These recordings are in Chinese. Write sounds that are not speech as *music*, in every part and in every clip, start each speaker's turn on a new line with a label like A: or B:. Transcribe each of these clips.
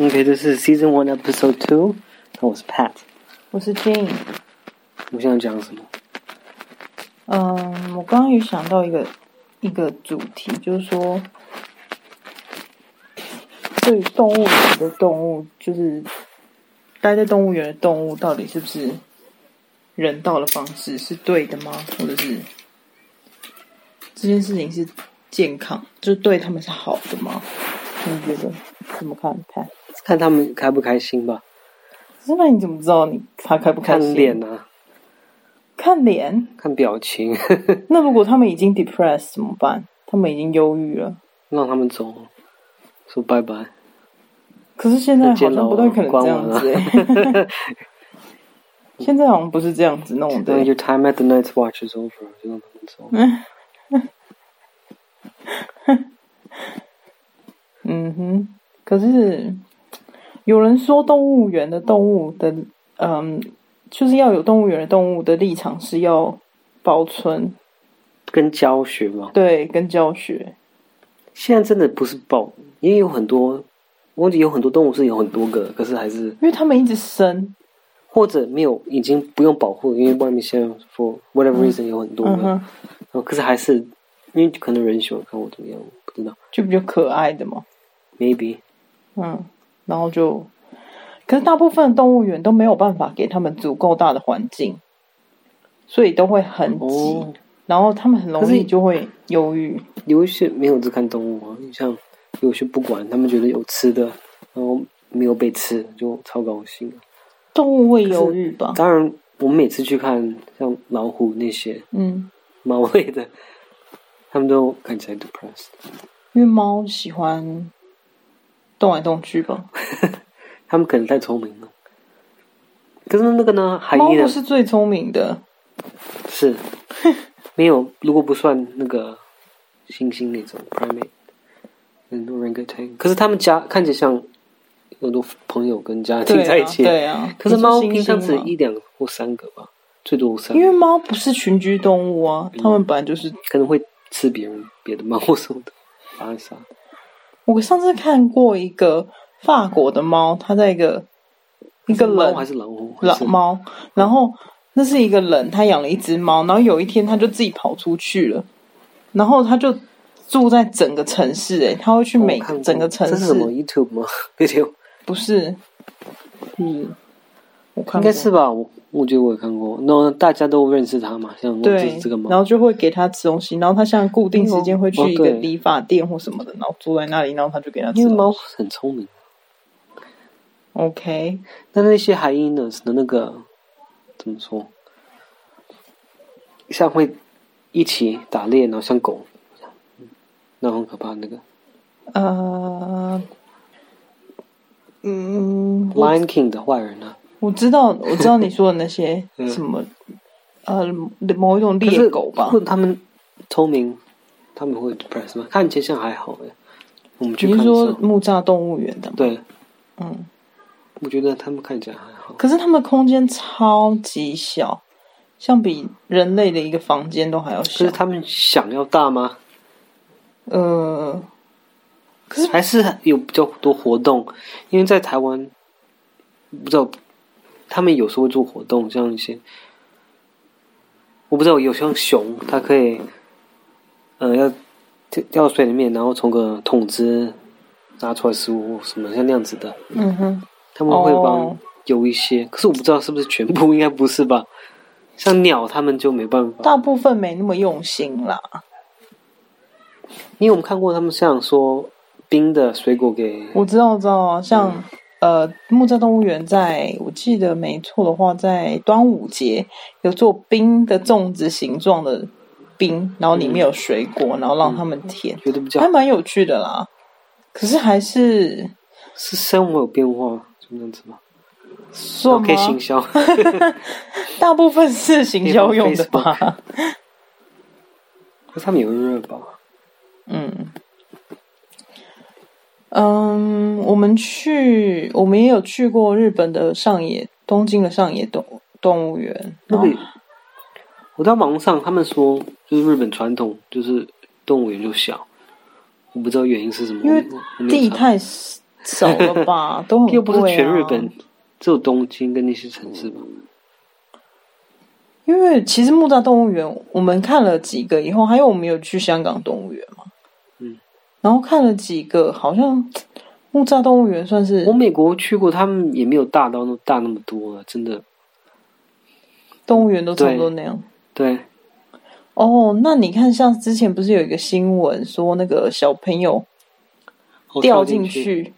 A: OK，这是 Season One Episode Two。那我是 Pat，
B: 我是 Jane。
A: 我现在讲什么？
B: 嗯，我刚刚有想到一个一个主题，就是说对于动物园的动物，就是待在动物园的动物，到底是不是人道的方式是对的吗？或者是这件事情是健康，就是对他们是好的吗？你觉得怎么看？Pat？
A: 看他们开不开心吧，
B: 那你怎么知道你他开不开心？
A: 看脸啊，
B: 看脸。
A: 看表情， *laughs*
B: 那如果他们已经 depressed 怎么办？他们已经忧郁了，
A: 让他们走，说拜拜。
B: 可是现在好
A: 见
B: 像
A: 了
B: 不太可能这样子、欸。 *laughs* 现在好像不是这样子弄的
A: Then。your time at the night's watch is over，就让他们走。
B: 嗯哼，可是有人说动物园的动物的，嗯，就是要有动物园的动物的立场是要保存，
A: 跟教学嘛，
B: 对，跟教学，
A: 现在真的不是爆，因为有很多，我忘记有很多动物是有很多个，可是还是
B: 因为他们一直生，
A: 或者没有已经不用保护了，因为外面现在 for whatever reason 有很多
B: 嗯
A: 个，
B: 哼，
A: 然后可是还是因为可能人喜欢看我怎么样，不知道
B: 就比较可爱的嘛。
A: ，maybe
B: 嗯，然后就，可是大部分动物园都没有办法给他们足够大的环境，所以都会很挤，
A: 哦，
B: 然后他们很容
A: 可
B: 易
A: 是
B: 就会忧郁。
A: 有一些没有只看动物啊，像有些不管，他们觉得有吃的，然后没有被吃，就超高兴。啊
B: 动物会忧郁吧？
A: 当然，我们每次去看像老虎那些
B: 嗯，
A: 猫类的， *laughs* 他们都看起来 depressed，
B: 因为猫喜欢动来动去吧。
A: 他们可能太聪明了。可是那个呢，海
B: 猫
A: 燕
B: 不是最聪
A: *laughs*
B: 明的，
A: 是没有，如果不算那个猩猩那种 primate，嗯，orangutan，可是他们家看起来像有很多朋友跟家
B: 对
A: 庭
B: 啊
A: 在一起，
B: 对啊。
A: 可是猫
B: 你
A: 平
B: 说猩猩
A: 常只
B: 嘛
A: 一两或三个吧，最多三
B: 因为
A: 个，
B: 猫不是群居动物啊，它们本来就是
A: 可能会吃别人别的猫或什么的，把它杀。
B: 我上次看过一个法国的猫，它在一个一个
A: 猫还
B: 冷
A: 是老虎？还
B: 老
A: 是
B: 猫，然后那是一个人，他养了一只猫，然后有一天他就自己跑出去了，然后他就住在整个城市、欸，他会去每
A: 哦我看过
B: 整个城
A: 这是什么
B: 市，
A: YouTube 吗 *laughs* ？video
B: 不是，嗯，我看
A: 应
B: 过
A: 该是吧？我我觉得我也看过，那大家都认识它嘛，像这
B: 对
A: 是这个，猫
B: 然。后就会给他吃东西，然后他像固定时间会去
A: 哦
B: 一个
A: 对
B: 理发店或什么的，然后坐在那里，然后他就给他吃
A: 因
B: 东
A: 为
B: 西。
A: 猫很聪明，
B: OK，
A: 那那些海鹰的的那个怎么说？像会一起打猎，然后像狗，那很可怕。那个《
B: 呃，嗯，我
A: Lion King》的坏人啊呢、
B: 我知道，我知
A: *laughs*
B: 道你说的那些
A: 嗯
B: 什么，呃，某一种
A: 可
B: 猎
A: 是
B: 狗吧
A: 如果。他们聪明，他们会 depress 吗？看起来像还好哎。我们去
B: 你
A: 看
B: 是
A: 的时
B: 说
A: 候，
B: 木栅动物园的吗？
A: 对，
B: 嗯，
A: 我觉得他们看起来还好。
B: 可是他们空间超级小，像比人类的一个房间都还要
A: 可
B: 小
A: 是。他们想要大吗？
B: 呃，
A: 还是有比较多活动，因为在台湾，不知道他们有时候会做活动，像一些，我不知道有像熊，它可以，呃，要跳掉水里面，然后从个桶子拿出来食物或什么像那样子的，
B: 嗯哼，
A: 他们会
B: 哦
A: 帮有一些，可是我不知道是不是全部，应该不是吧？像鸟，他们就没办法。
B: 大部分没那么用心啦。
A: 因为我们看过他们像说冰的水果给
B: 我知道，我知道啊，像、
A: 嗯
B: 呃，木栅动物园在，我记得没错的话，在端午节有做冰的粽子形状的冰，然后里
A: 嗯
B: 面有水果，然后让他们舔，
A: 觉得比较
B: 还蛮有趣的啦。可是还是
A: 是生活有变化，就那样子吗？
B: 算吗
A: 可以行销， *laughs*
B: 大部分是行销用的吧？
A: 可是他们有热吧？
B: 嗯。嗯，我们去，我们也有去过日本的上野，东京的上野动动物园。啊
A: 那个
B: 然后
A: 我在网上他们说，就是日本传统就是动物园就小，我不知道原因是什么，
B: 因为
A: 我没有
B: 地
A: 查 *laughs*
B: 太 s- 少了吧，都很贵、啊、
A: 又不是全日本，只有东京跟那些城市吧。
B: 因为其实木栅动物园，我们看了几个以后，还有我们有去香港动物园嘛，
A: 嗯，
B: 然后看了几个，好像木栅动物园算是
A: 我美国去过，他们也没有大到那大那么多啊，真的。
B: 动物园都差不多那样。
A: 对。
B: 哦，那你看，像之前不是有一个新闻说那个小朋友掉进
A: 去，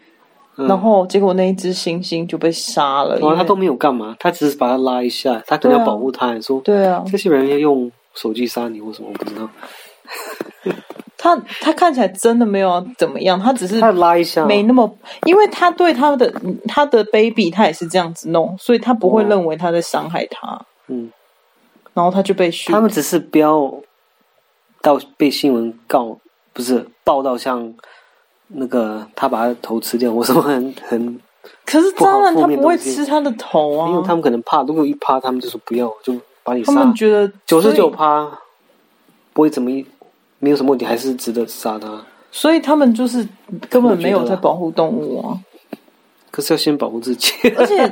A: 嗯、
B: 然后结果那一只猩猩就被杀了。
A: 然后他都没有干嘛，他只是把他拉一下，他可能要保护他，说
B: 对啊，
A: 这些人要用手机杀你或什么，我不知道。
B: 他他看起来真的没有怎么样，他只是
A: 他拉一下，
B: 嗯没那么，因为他对他的嗯他的 baby 他也是这样子弄，所以他不会
A: 哦
B: 认为他在伤害他。哦
A: 嗯，
B: 然后他就被训。
A: 他们只是不要到被新闻告，不是报道像那个他把他的头吃掉，我什么很很。
B: 可是当然他不会吃他的头啊，
A: 因为他们可能怕，如果一趴他们就说不要，就把你杀。
B: 他们觉得
A: 九十九趴不会怎么，没有什么问题，还是值得杀他。
B: 所以他们就是根本没有在保护动物啊。
A: 可是要先保护自己，
B: 而且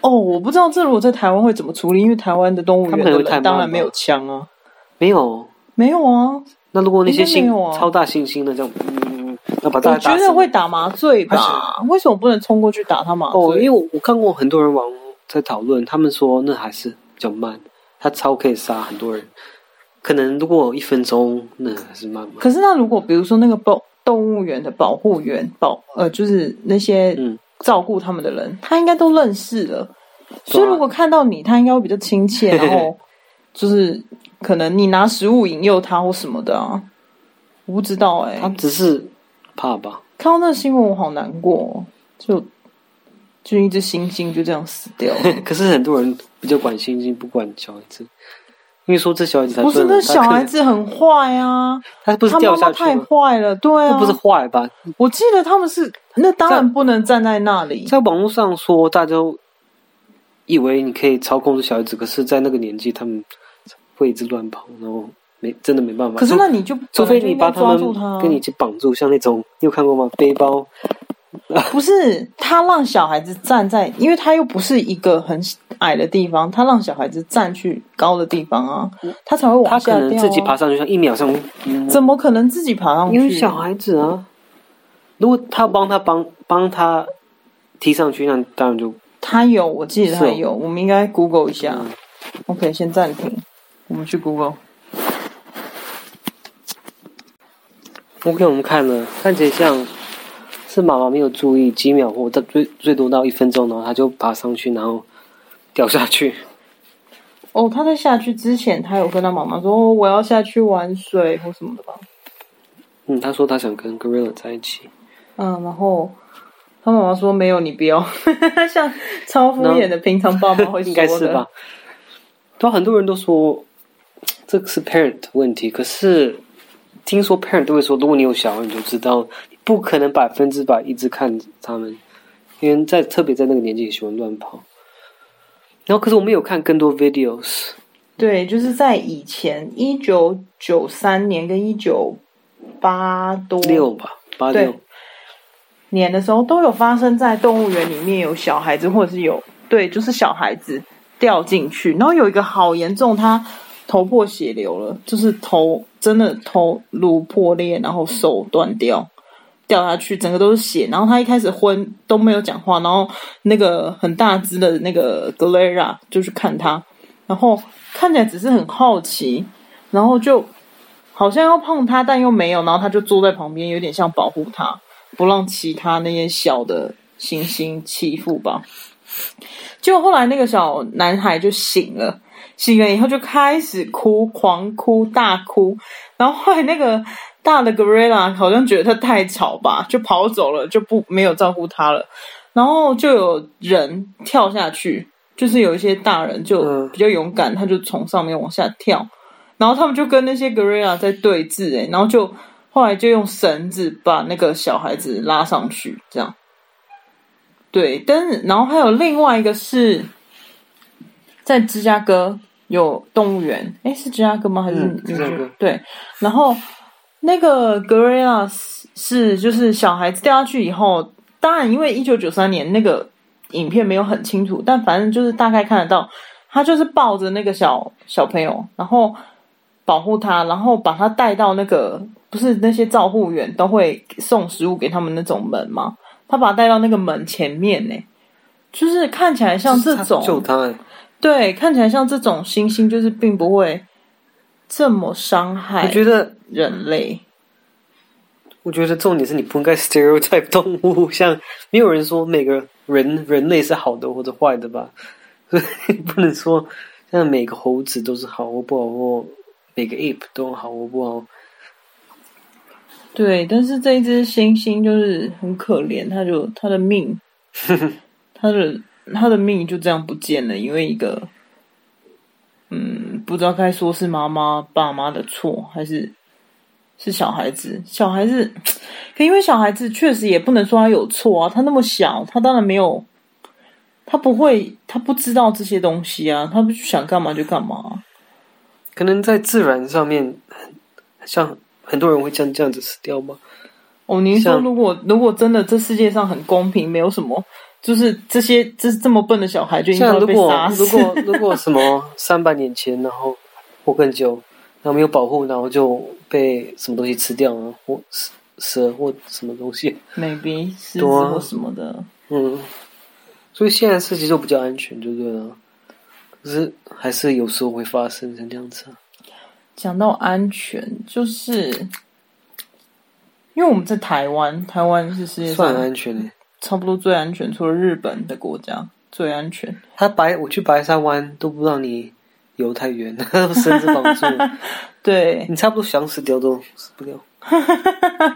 B: 哦，我不知道这如果在台湾会怎么处理，因为台湾的动物园的人当然没有枪啊，
A: *laughs* 没有，
B: 没有啊。
A: 那如果那些星、
B: 啊、
A: 超大猩猩的这样，嗯，要把大
B: 家我觉得会打麻醉吧？
A: *laughs*
B: 为什么不能冲过去打他麻醉？
A: 哦，因为我我看过很多人网在讨论，他们说那还是比较慢，他超可以杀很多人，可能如果一分钟那还是慢,慢。
B: 可是那如果比如说那个保动物园的保护员保呃，就是那些
A: 嗯。
B: 照顾他们的人，他应该都认识了，所以如果看到你，他应该会比较亲切，
A: 啊
B: 然后就是可能你拿食物引诱他或什么的啊，我不知道哎、欸。
A: 他只是怕吧？
B: 看到那个新闻，我好难过、哦，就就一只猩猩就这样死掉
A: *laughs*
B: 了。
A: 可是很多人比较管猩猩，不管小孩子，因为说这小孩子才
B: 不是那小孩子很坏啊，
A: 他不是掉下去
B: 太坏了，对啊，
A: 不是坏吧？
B: 我记得他们是。那当然不能站在那里。
A: 在网络上说，大家以为你可以操控小孩子，可是，在那个年纪，他们会一直乱跑，然后没真的没办法。
B: 可是那你就
A: 除非你把
B: 他啊
A: 们跟你一起绑住，像那种你有看过吗？背包
B: 不是他让小孩子站在，因为他又不是一个很矮的地方，他让小孩子站去高的地方啊，他才会往
A: 下、啊、他可能自己爬上去，像一秒上、嗯，
B: 怎么可能自己爬上去？
A: 因为小孩子啊。如果他帮他帮帮他踢上去，那当然就
B: 他有，我记得他有，哦、我们应该 Google 一下。嗯、OK，先暂停，我们去 Google。
A: OK，我们看了，看起来像是妈妈没有注意几秒或到最最多到一分钟，然后他就爬上去，然后掉下去。
B: 哦，他在下去之前，他有跟他妈妈说：“哦、我要下去玩水或什么的吧。”
A: 嗯，他说他想跟 Gorilla 在一起。
B: 嗯，然后他妈妈说没有，你不要， *laughs* 像超敷衍的平常爸妈会说
A: *laughs*
B: 的，
A: 应该是吧？都很多人都说这个是 parent 的问题，可是听说 parent 都会说，如果你有小孩，你就知道不可能百分之百一直看他们，因为在特别在那个年纪喜欢乱跑。然后，可是我们有看更多 videos，
B: 对，就是在以前一九九三年跟一九八多
A: 六吧，八六。
B: 年的时候都有发生在动物园里面有小孩子，或者是有对，就是小孩子掉进去，然后有一个好严重，他头破血流了，就是头真的头颅破裂，然后手断掉，掉下去，整个都是血。然后他一开始昏都没有讲话，然后那个很大只的那个 Galera 就去看他，然后看起来只是很好奇，然后就好像要碰他，但又没有，然后他就坐在旁边，有点像保护他。不让其他那些小的猩猩欺负吧。结果后来那个小男孩就醒了，醒了以后就开始哭，狂哭大哭。然后后来那个大的 gorilla 好像觉得他太吵吧，就跑走了，就不没有照顾他了。然后就有人跳下去，就是有一些大人就比较勇敢，他就从上面往下跳。然后他们就跟那些 gorilla 在对峙、欸，哎，然后就。后来就用绳子把那个小孩子拉上去，这样。对，但是然后还有另外一个是，在芝加哥有动物园，哎，是芝加哥吗？还是、
A: 嗯、芝加哥？
B: 对，然后那个 gorilla 是就是小孩子掉下去以后，当然，因为一九九三年那个影片没有很清楚，但反正就是大概看得到，他就是抱着那个小小朋友，然后保护他，然后把他带到那个不是那些照护员都会送食物给他们那种门吗？他把他带到那个门前面呢、就是看起来像这
A: 他
B: 种
A: 救他、哎
B: 对，看起来像这种星星，就是并不会这么伤害
A: 我觉得，
B: 人类。
A: 我觉得重点是你不应该 stereotype 动物，像没有人说每个人人类是好的或者坏的吧， *laughs* 不能说像每个猴子都是好或不好，或每个 ape 都好或不好。
B: 对，但是这一只猩猩就是很可怜，它就它的命，它的它的命就这样不见了，因为一个，嗯，不知道该说是妈妈爸妈的错，还是是小孩子，小孩子，可因为小孩子确实也不能说他有错啊，他那么小，他当然没有，他不会，他不知道这些东西啊，他不想干嘛就干嘛啊、
A: 可能在自然上面，像很多人会像这样子死掉吧。
B: 哦，您说
A: 像
B: 如果如果真的这世界上很公平，没有什么，就是这些这这么笨的小孩就应该
A: 像如
B: 被
A: 果
B: 杀死。
A: 如果如果什么三百年前，然后或更久，然后没有保护，然后就被什么东西吃掉了，或蛇蛇或什么东西，
B: *laughs* maybe 狮子
A: 对啊
B: 或什么的，
A: 嗯，所以现在设计就比较安全，就对了。可是还是有时候会发生成这样子啊。
B: 讲到安全，就是因为我们在台湾，台湾是世界
A: 算
B: 上
A: 安全嘞、
B: 差不多最安全，除了日本的国家最安全。
A: 他白我去白沙湾都不让你游太远， *laughs* 他都绳子绑 *laughs* 住了，
B: 对，
A: 你差不多想死掉都死不 *laughs* 了，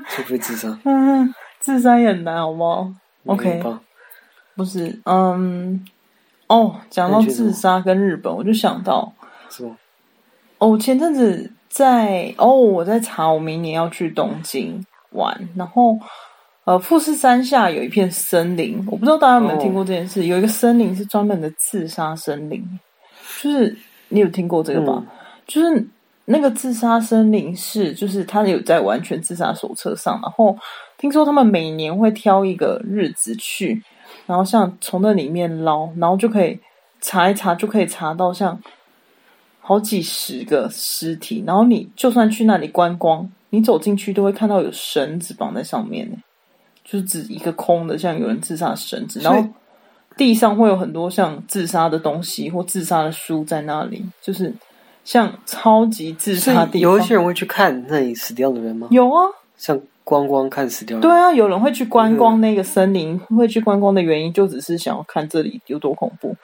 A: 除非自杀。
B: 嗯，自杀也很难，好不好？OK，
A: 嗯没办法
B: 不是，嗯，哦，讲到
A: 安全什么
B: 自杀跟日本，我就想到。
A: 是吧？
B: 哦，我前阵子在哦，我在查我明年要去东京玩，然后呃，富士山下有一片森林，我不知道大家有没有听过这件事，有一个森林是专门的自杀森林，就是你有听过这个吧？
A: 嗯
B: 就是那个自杀森林是，就是他有在完全自杀手册上，然后听说他们每年会挑一个日子去，然后像从那里面捞，然后就可以查一查，就可以查到像好几十个尸体，然后你就算去那里观光，你走进去都会看到有绳子绑在上面，欸就是指一个空的，像有人自杀的绳子，然
A: 所以
B: 后。地上会有很多像自杀的东西或自杀的书在那里，就是像超级自
A: 所
B: 杀
A: 以
B: 地
A: 有
B: 方。
A: 一些人会去看那里死掉的人吗？
B: 有啊，
A: 像光光看死掉的
B: 对
A: 人，
B: 啊，有人会去观光那个森林，会去观光的原因就只是想要看这里有多恐怖。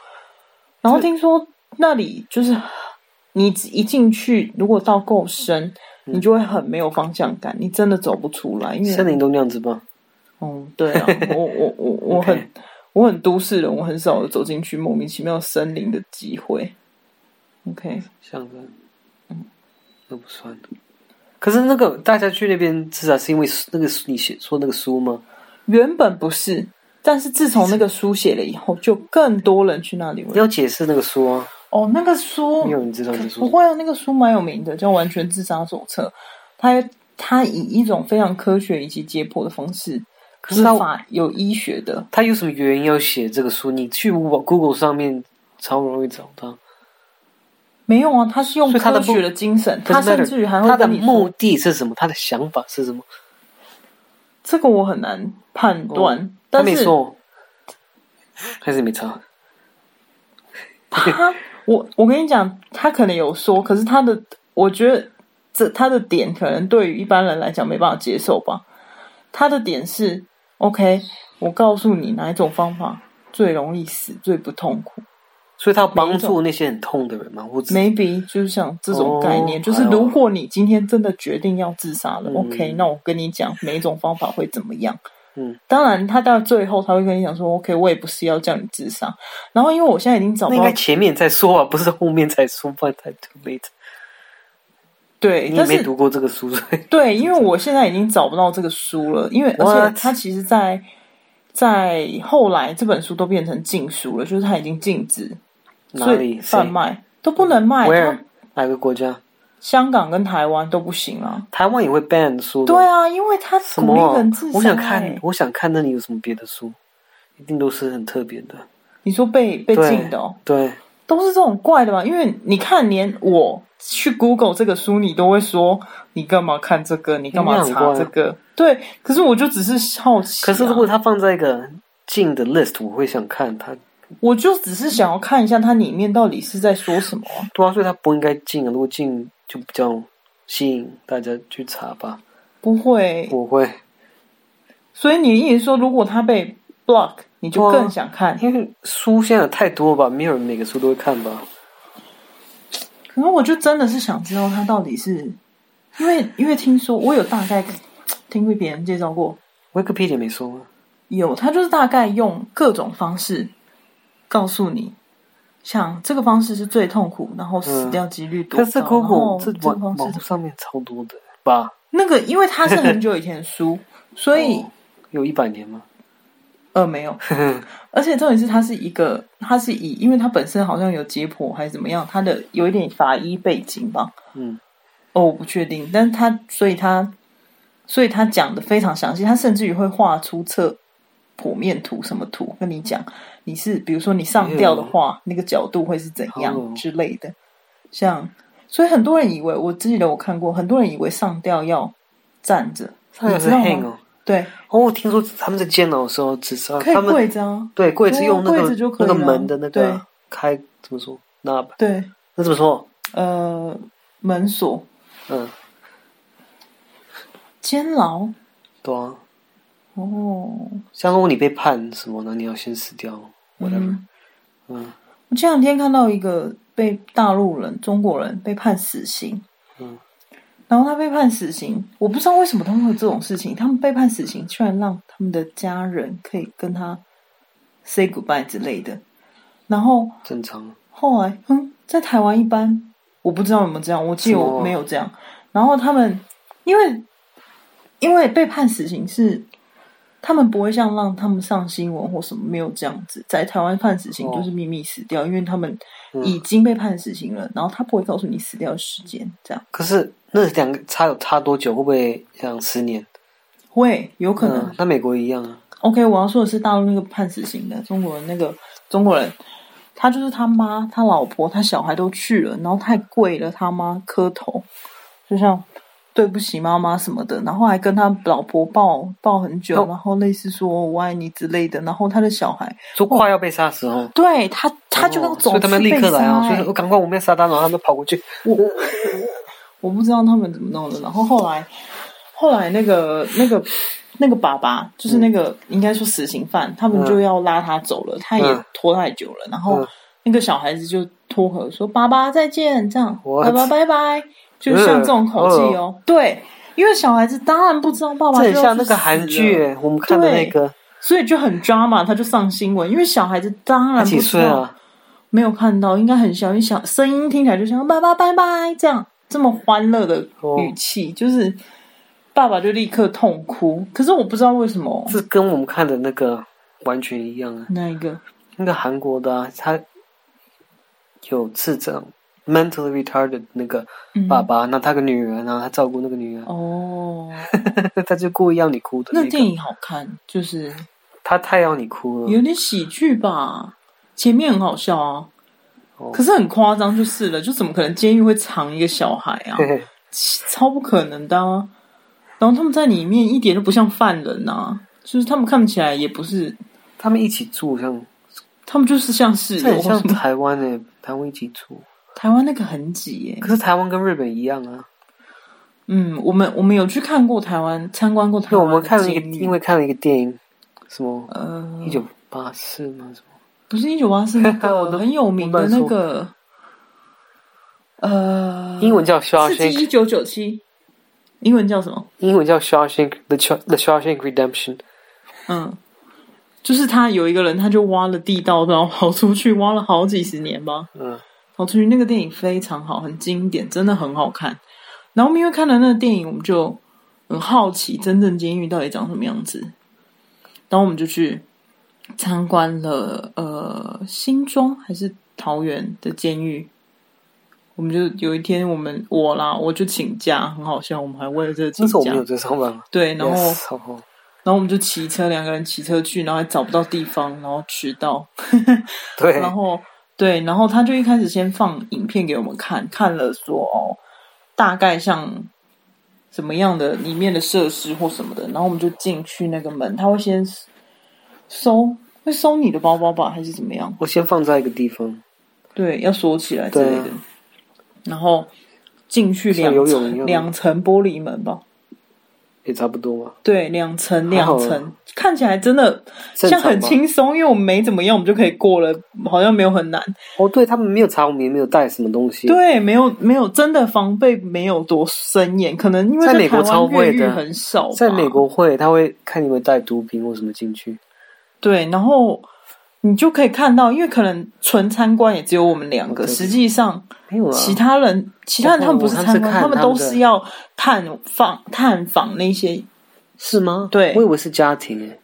B: 然后听说那里就是你一进去，如果到够深，你就会很没有方向感，你真的走不出来。因为
A: 嗯森林都那样子吧？
B: 哦，对啊，我我我我很
A: OK
B: 我很都市人，我很少有走进去莫名其妙森林的机会。OK，
A: 像的，嗯，那不算。可是那个大家去那边自杀是因为那个你写说那个书吗？
B: 原本不是，但是自从那个书写了以后，就更多人去那里
A: 你
B: 玩。
A: 要解释那个书啊，
B: 哦，那个书
A: 没有人知道这
B: 不
A: 书。
B: 会啊，那个书蛮有名的，叫《完全自杀手册》。它它以一种非常科学以及解剖的方式，
A: 可是它
B: 执法有医学的。
A: 他有什么原因要写这个书？你去 Google 上面超容易找到。
B: 没有啊，它是用
A: 所以它的
B: 科
A: 目
B: 学的精神，它
A: Doesn't
B: 甚
A: matter
B: 至于还会
A: 他的
B: 跟你说
A: 目的是什么？他的想法是什么？
B: 这个我很难判断，
A: 哦他
B: 但
A: 没
B: 是
A: 说，还是没查。
B: 他， *laughs* 我我跟你讲，他可能有说，可是他的，我觉得这他的点可能对于一般人来讲没办法接受吧。他的点是，OK，我告诉你哪一种方法最容易死，最不痛苦。
A: 所以他要帮助那些很痛的人嘛，或者
B: maybe 就是像这种概念，
A: 哦
B: 就是如果你今天真的决定要自杀了、
A: 嗯
B: o k 那我跟你讲每一种方法会怎么样。
A: 嗯，
B: 当然，他到最后他会跟你讲说，OK，我也不是要叫你自杀。然后，因为我现在已经找
A: 那
B: 不
A: 应
B: 到
A: 该前面再说啊，不是后面再说，不然太 too late。
B: 对，
A: 你也
B: 但是
A: 没读过这个书，所以
B: 对，因为我现在已经找不到这个书了，因为而且
A: What？
B: 它其实在，在后来这本书都变成禁书了，就是它已经禁止，
A: 哪
B: 所以
A: 里
B: 贩
A: 谁
B: 卖都不能卖。它
A: ？Where 哪个国家？
B: 香港跟台湾都不行啊。
A: 台湾也会 ban 书的。
B: 对啊，因为他
A: 什
B: 鼓
A: 么
B: 励
A: 啊
B: 人自杀、欸。
A: 我想看，我想看那里有什么别的书，一定都是很特别的。
B: 你说被被
A: 对
B: 禁的哦，
A: 对，
B: 都是这种怪的吧？因为你看，连我去 Google 这个书，你都会说你干嘛看这个，你干嘛
A: 你很
B: 查
A: 怪
B: 这个？对，可是我就只是好奇啊、
A: 可是如果它放在一个近的 list，我会想看它。
B: 我就只是想要看一下它里面到底是在说什么啊、
A: 对啊，所以它不应该进啊。如果进，就比较吸引大家去查吧。
B: 不会，
A: 我会，
B: 所以你意思说，如果它被 block，你就
A: 对啊
B: 更想看？
A: 因为书现在有太多吧，没有人每个书都会看吧。
B: 可能我就真的是想知道它到底是，因为因为听说我有大概听过别人介绍过，
A: Wikipedia 没说吗？
B: 有，他就是大概用各种方式告诉你，像这个方式是最痛苦，然后死掉几率多
A: 但
B: 高。
A: 嗯是
B: 然后
A: Google 这
B: 这个
A: 网
B: 方
A: 网
B: 式
A: 络上面超多的吧？
B: 那个，因为它是很久以前的书，所
A: *laughs*
B: 以、
A: 哦有一百年吗？ *laughs*
B: 呃没有，而且重点是它是一个，它是以因为它本身好像有解剖还是怎么样，它的有一点法医背景吧，
A: 嗯，
B: 哦我不确定，但是它所以它所以它讲的非常详细，它甚至于会画出侧。剖面图什么图跟你讲，你是比如说你上吊的话，那个角度会是怎
A: 哦
B: 样之类的，像所以很多人以为我记得我看过，很多人以为上吊要站着，
A: 上
B: 你
A: 面
B: 知
A: 是
B: 道
A: hang 哦。
B: 吗？对，
A: 哦，我听说他们在煎熬的时候自杀，
B: 可以
A: 呃他们
B: 跪着啊，
A: 对柜子用那
B: 对啊
A: 个
B: 柜子就可
A: 那
B: 以了
A: 个门的那
B: 对
A: 个开怎么说？那
B: 对，
A: 那怎么说？
B: 呃，门锁、
A: 嗯，
B: 监牢，
A: 对啊。
B: 哦，
A: 像如果你被判什么呢？你要先死掉，whatever。
B: 嗯
A: 嗯
B: 我前两天看到一个被大陆人、中国人被判死刑，
A: 嗯，
B: 然后他被判死刑，我不知道为什么他们会有这种事情。他们被判死刑，居然让他们的家人可以跟他 say goodbye 之类的。然后
A: 正常。
B: 后来，嗯，在台湾一般我不知道有没有这样，我记得
A: 什
B: 我
A: 么
B: 没有这样。然后他们因为因为被判死刑是。他们不会像让他们上新闻或什么，没有这样子。在台湾判死刑
A: 哦
B: 就是秘密死掉，因为他们
A: 嗯
B: 已经被判死刑了，然后他不会告诉你死掉的时间，这样
A: 可是那两个差有差多久？会不会像十年？
B: 会有可能
A: 嗯，那美国一样啊。
B: OK，我要说的是大陆那个判死刑的中国人，那个中国人，他就是他妈、他老婆、他小孩都去了，然后太跪了他妈磕头，就像对不起妈妈什么的，然后还跟他老婆抱抱很久，
A: 哦
B: 然后类似说我爱你之类的，然后他的小孩，
A: 就快要被杀死哦。
B: 对他，他就要
A: 哦
B: 走、
A: 所以他们立刻来哦，所以
B: 欸
A: 说我赶快我们要杀他，然后他们跑过去。
B: 我我不知道他们怎么弄的。然后后来，后来那个那个那个爸爸，就是那个、应该说死刑犯，他们
A: 嗯
B: 就要拉他走了，他也
A: 嗯
B: 拖太久了。然后
A: 嗯
B: 那个小孩子就脱口说：“爸爸再见。”这样，爸
A: What？嗯
B: 爸拜拜，就是像这种口气哦。对，因为小孩子当然不知道爸爸
A: 这很
B: 就要
A: 像
B: 去
A: 那个韩
B: 死了，
A: 剧，我们看的那个。
B: 所以就很抓嘛，他就上新闻，因为小孩子当
A: 他
B: 然不
A: 几
B: 知
A: 岁
B: 道。
A: 啊？
B: 没有看到，应该很小，因为小声音听起来就像“爸爸拜拜”这样这么欢乐的语气，
A: 哦
B: 就是爸爸就立刻痛哭。可是我不知道为什么
A: 这跟我们看的那个完全一样啊。
B: 那一个
A: 那个韩国的、啊，他有智障 （mentally retarded） 那个
B: 嗯
A: 爸爸，那他个女儿啊，他照顾那个女儿，
B: 哦，
A: *laughs* 他就故意要你哭的、那
B: 那
A: 个。
B: 电影好看，就是
A: 他太要你哭了，
B: 有点喜剧吧，前面很好笑啊，
A: 哦
B: 可是很夸张就是了，就怎么可能监狱会藏一个小孩啊？
A: 嘿嘿
B: 超不可能的、啊。然后他们在里面一点都不像犯人啊，就是他们看起来也不是，
A: 他们一起住，像
B: 他们就是像室
A: 这
B: 友
A: 很
B: 或
A: 像
B: 什么
A: 台湾诶、台湾一起住。
B: 台湾那个很挤耶。
A: 可是台湾跟日本一样啊，
B: 嗯，我们我们有去看过台湾，参观过台
A: 因为
B: 湾。
A: 我们看了一个，因
B: 为
A: 为看了一个电影，什么
B: 呃
A: 一，九八四吗？什么？
B: 不是一九八四那
A: 我
B: 个
A: 都
B: 很有名的那个，呃，
A: 英文叫《
B: 《刺激
A: Shawshank
B: 一》，九九七》，英文叫什么？
A: 英文叫《Shawshank》The Shaw The Shawshank Redemption。
B: 嗯，就是他有一个人，他就挖了地道，然后跑出去，挖了好几十年吧。
A: 嗯，
B: 跑出去那个电影非常好，很经典，真的很好看。然后我们因为看了那个电影，我们就很好奇真正监狱到底长什么样子。然后我们就去参观了呃新庄还是桃园的监狱，我们就有一天我们我啦，我就请假，很好笑，我们还为了这个请
A: 那时候我
B: 假
A: 们有。在上班吗？
B: 对，然后
A: Yes，然哦后
B: 然后我们就骑车，两个人骑车去，然后还找不到地方，然后迟到。
A: 对，
B: 然后对，然后他就一开始先放影片给我们看，看了说哦，大概像怎么样的里面的设施或什么的，然后我们就进去那个门，他会先搜，会搜你的包包吧，还是怎么样？
A: 我先放在一个地方，
B: 对，要锁起来之类的
A: 对啊。
B: 然后进去
A: 像
B: 两
A: 游泳一
B: 层
A: 样
B: 两层玻璃门吧，
A: 也差不多嘛。
B: 对，两层
A: 还好
B: 两
A: 啊
B: 层，看起来真的
A: 正
B: 像
A: 常
B: 很
A: 吧
B: 轻松，因为我们没怎么样，我们就可以过了，好像没有很难。
A: 哦，对他们没有查，我们也没有带什么东西。，
B: 对，没有没有，真的防备没有多森严，可能因为
A: 在
B: 台
A: 美国超
B: 湾越
A: 会
B: 狱
A: 的
B: 很少吧，
A: 在美国会他会看你会带毒品或什么进去。
B: 对，然后你就可以看到，因为可能纯参观也只有我们两个，
A: 哦对对
B: 实际上
A: 没有啊，
B: 其他人其他人
A: 我
B: 他们不是
A: 我
B: 参
A: 他
B: 观，
A: 是看
B: 他们都
A: 他们的
B: 是要探访探访那些，
A: 是吗？
B: 对
A: 我以为是家庭诶，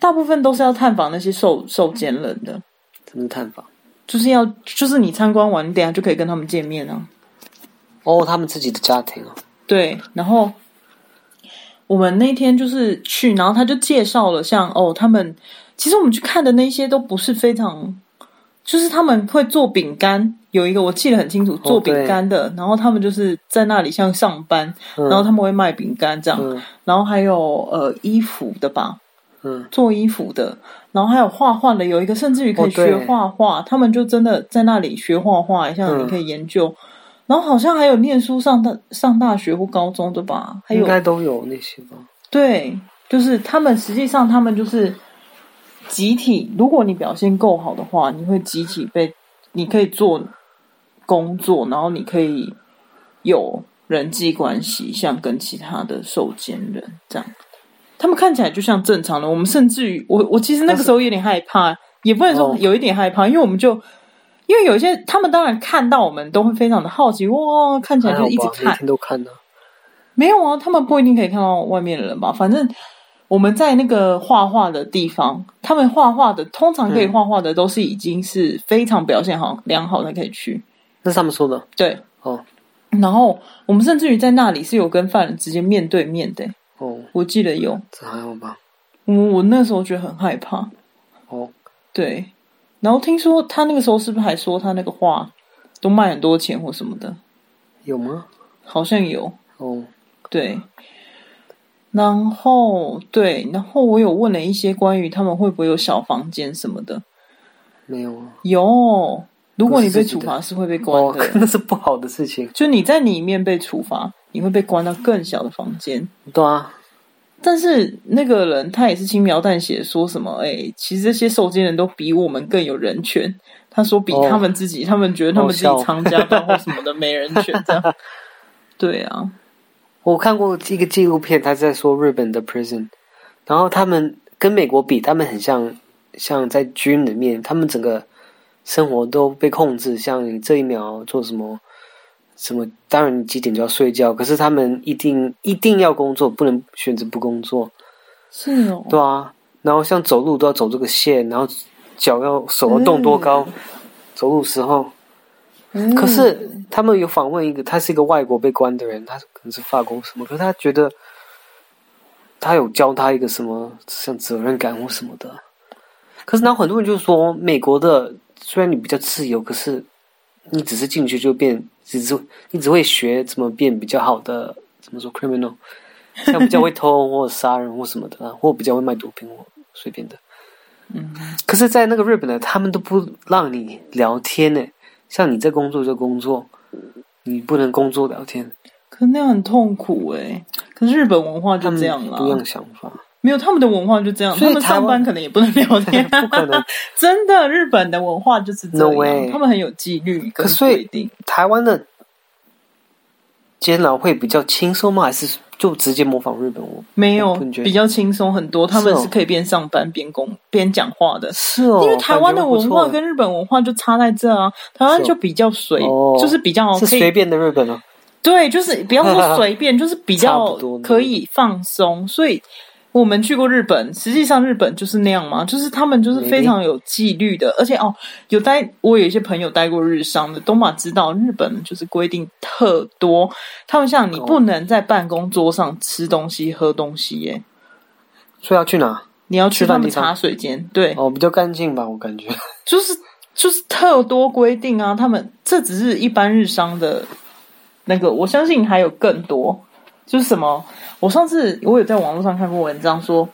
B: 大部分都是要探访那些受受监人的，
A: 什么是探访？
B: 就是要就是你参观完，你等一下就可以跟他们见面啊。
A: 哦，他们自己的家庭哦。
B: 对，然后我们那天就是去，然后他就介绍了像哦，他们其实我们去看的那些都不是非常，就是他们会做饼干，有一个我记得很清
A: 哦
B: 楚，做饼干的，然后他们就是在那里像上班，
A: 嗯
B: 然后他们会卖饼干这样，
A: 嗯
B: 然后还有呃衣服的吧，
A: 嗯，
B: 做衣服的，然后还有画画的，有一个甚至于可以
A: 哦对
B: 学画画，他们就真的在那里学画画，像
A: 嗯
B: 你可以研究。然后好像还有念书上大上大学或高中的吧，还
A: 应
B: 有
A: 该都有那些吧。
B: 对，就是他们实际上他们就是集体，如果你表现够好的话，你会集体被你可以做工作，然后你可以有人际关系，像跟其他的受监人这样。他们看起来就像正常的，我们甚至于我我其实那个时候有点害怕，也不能说
A: 哦
B: 有一点害怕，因为我们就因为有一些他们当然看到我们都会非常的好奇，哇，看起
A: 还
B: 来
A: 好
B: 就
A: 吧
B: 一直，
A: 每
B: 看，
A: 天都看呢。
B: 没有啊，他们不一定可以看到外面的人吧？反正我们在那个画画的地方，他们画画的通常可以画画的都是已经是非常表现好良好才可以去。
A: 那是他们说的
B: 对，
A: 哦
B: 然后我们甚至于在那里是有跟犯人直接面对面的，
A: 哦，
B: 我记得有。
A: 这还好吧？
B: 我我那时候觉得很害怕，
A: 哦，
B: 对。然后听说他那个时候是不是还说他那个画都卖很多钱或什么的？
A: 有吗？
B: 好像有，
A: 哦，
B: 对，然后对，然后我有问了一些关于他们会不会有小房间什么的。
A: 没有啊。
B: 有，如果你被
A: 不是自己
B: 处
A: 的
B: 罚是会被关
A: 哦，
B: 的，
A: *laughs* 那是不好的事情。
B: *laughs* 就你在里面被处罚，你会被关到更小的房间。
A: 对啊，
B: 但是那个人他也是轻描淡写说什么，哎、其实这些受监人都比我们更有人权。他说比
A: 哦
B: 他们自己，他们觉得他们自己
A: 好笑
B: 藏家暴或什么的没人权
A: *laughs*
B: 这样。对啊，
A: 我看过一个纪录片，他在说日本的 prison，然后他们跟美国比，他们很像，像在 gym 里面，他们整个生活都被控制，像你这一秒做什么。什么？当然，你几点就要睡觉。可是他们一定一定要工作，不能选择不工作。
B: 是哦，
A: 对啊，然后像走路都要走这个线，然后脚要手要动多高，走路时候。
B: 嗯
A: 可是他们有访问一个，他是一个外国被关的人，他可能是法国什么，可是他觉得他有教他一个什么像责任感或什么的。可是，然后很多人就说，美国的虽然你比较自由，可是你只是进去就变，只是你只会学怎么变比较好的，怎么说 criminal，像比较会偷或者杀人或什么的啊，或比较会卖毒品或随便的。嗯，可是，在那个日本呢，他们都不让你聊天呢、像你在工作就工作，你不能工作聊天，
B: 可那样很痛苦哎、可是日本文化
A: 他
B: 就
A: 们
B: 这样啊啦
A: 不，一样想法，
B: 没有他们的文化就这样，
A: 所
B: 他
A: 以
B: 们
A: 台湾
B: 上班可能也不能聊天，
A: *laughs* 不可能。
B: *laughs* 真的，日本的文化就是这
A: No
B: 样，
A: way
B: 他们很有纪律
A: 可
B: 跟
A: 所以
B: 规定。
A: 台湾的监牢会比较轻松吗？还是就直接模仿日本？我
B: 没有
A: 我不觉得
B: 比较轻松很多，他们
A: 是哦
B: 是可以边上班边工边讲话的，
A: 是哦，
B: 因为台湾的文化
A: 感觉
B: 跟日本文化就差在这啊，台湾
A: 是哦
B: 就比较随，
A: 哦
B: 就是比较
A: 不错是
B: 可以
A: 随便的日本吗？哦 *laughs*
B: 对，就是不要说随便，就是比
A: 差
B: 较
A: 不多
B: 可以放松。所以我们去过日本，实际上日本就是那样嘛，就是他们就是非常有纪律的，而且哦，有待我有一些朋友待过日商的，东马知道日本就是规定特多，他们像你
A: 哦
B: 不能在办公桌上吃东西、喝东西耶，
A: 所以要去哪？
B: 你要去
A: 吃饭
B: 他们
A: 地方
B: 茶水间，对，
A: 哦，比较干净吧，我感觉。 *laughs*
B: 就是就是特多规定啊，他们这只是一般日商的那个，我相信还有更多，就是什么？我上次我有在网络上看过文章说，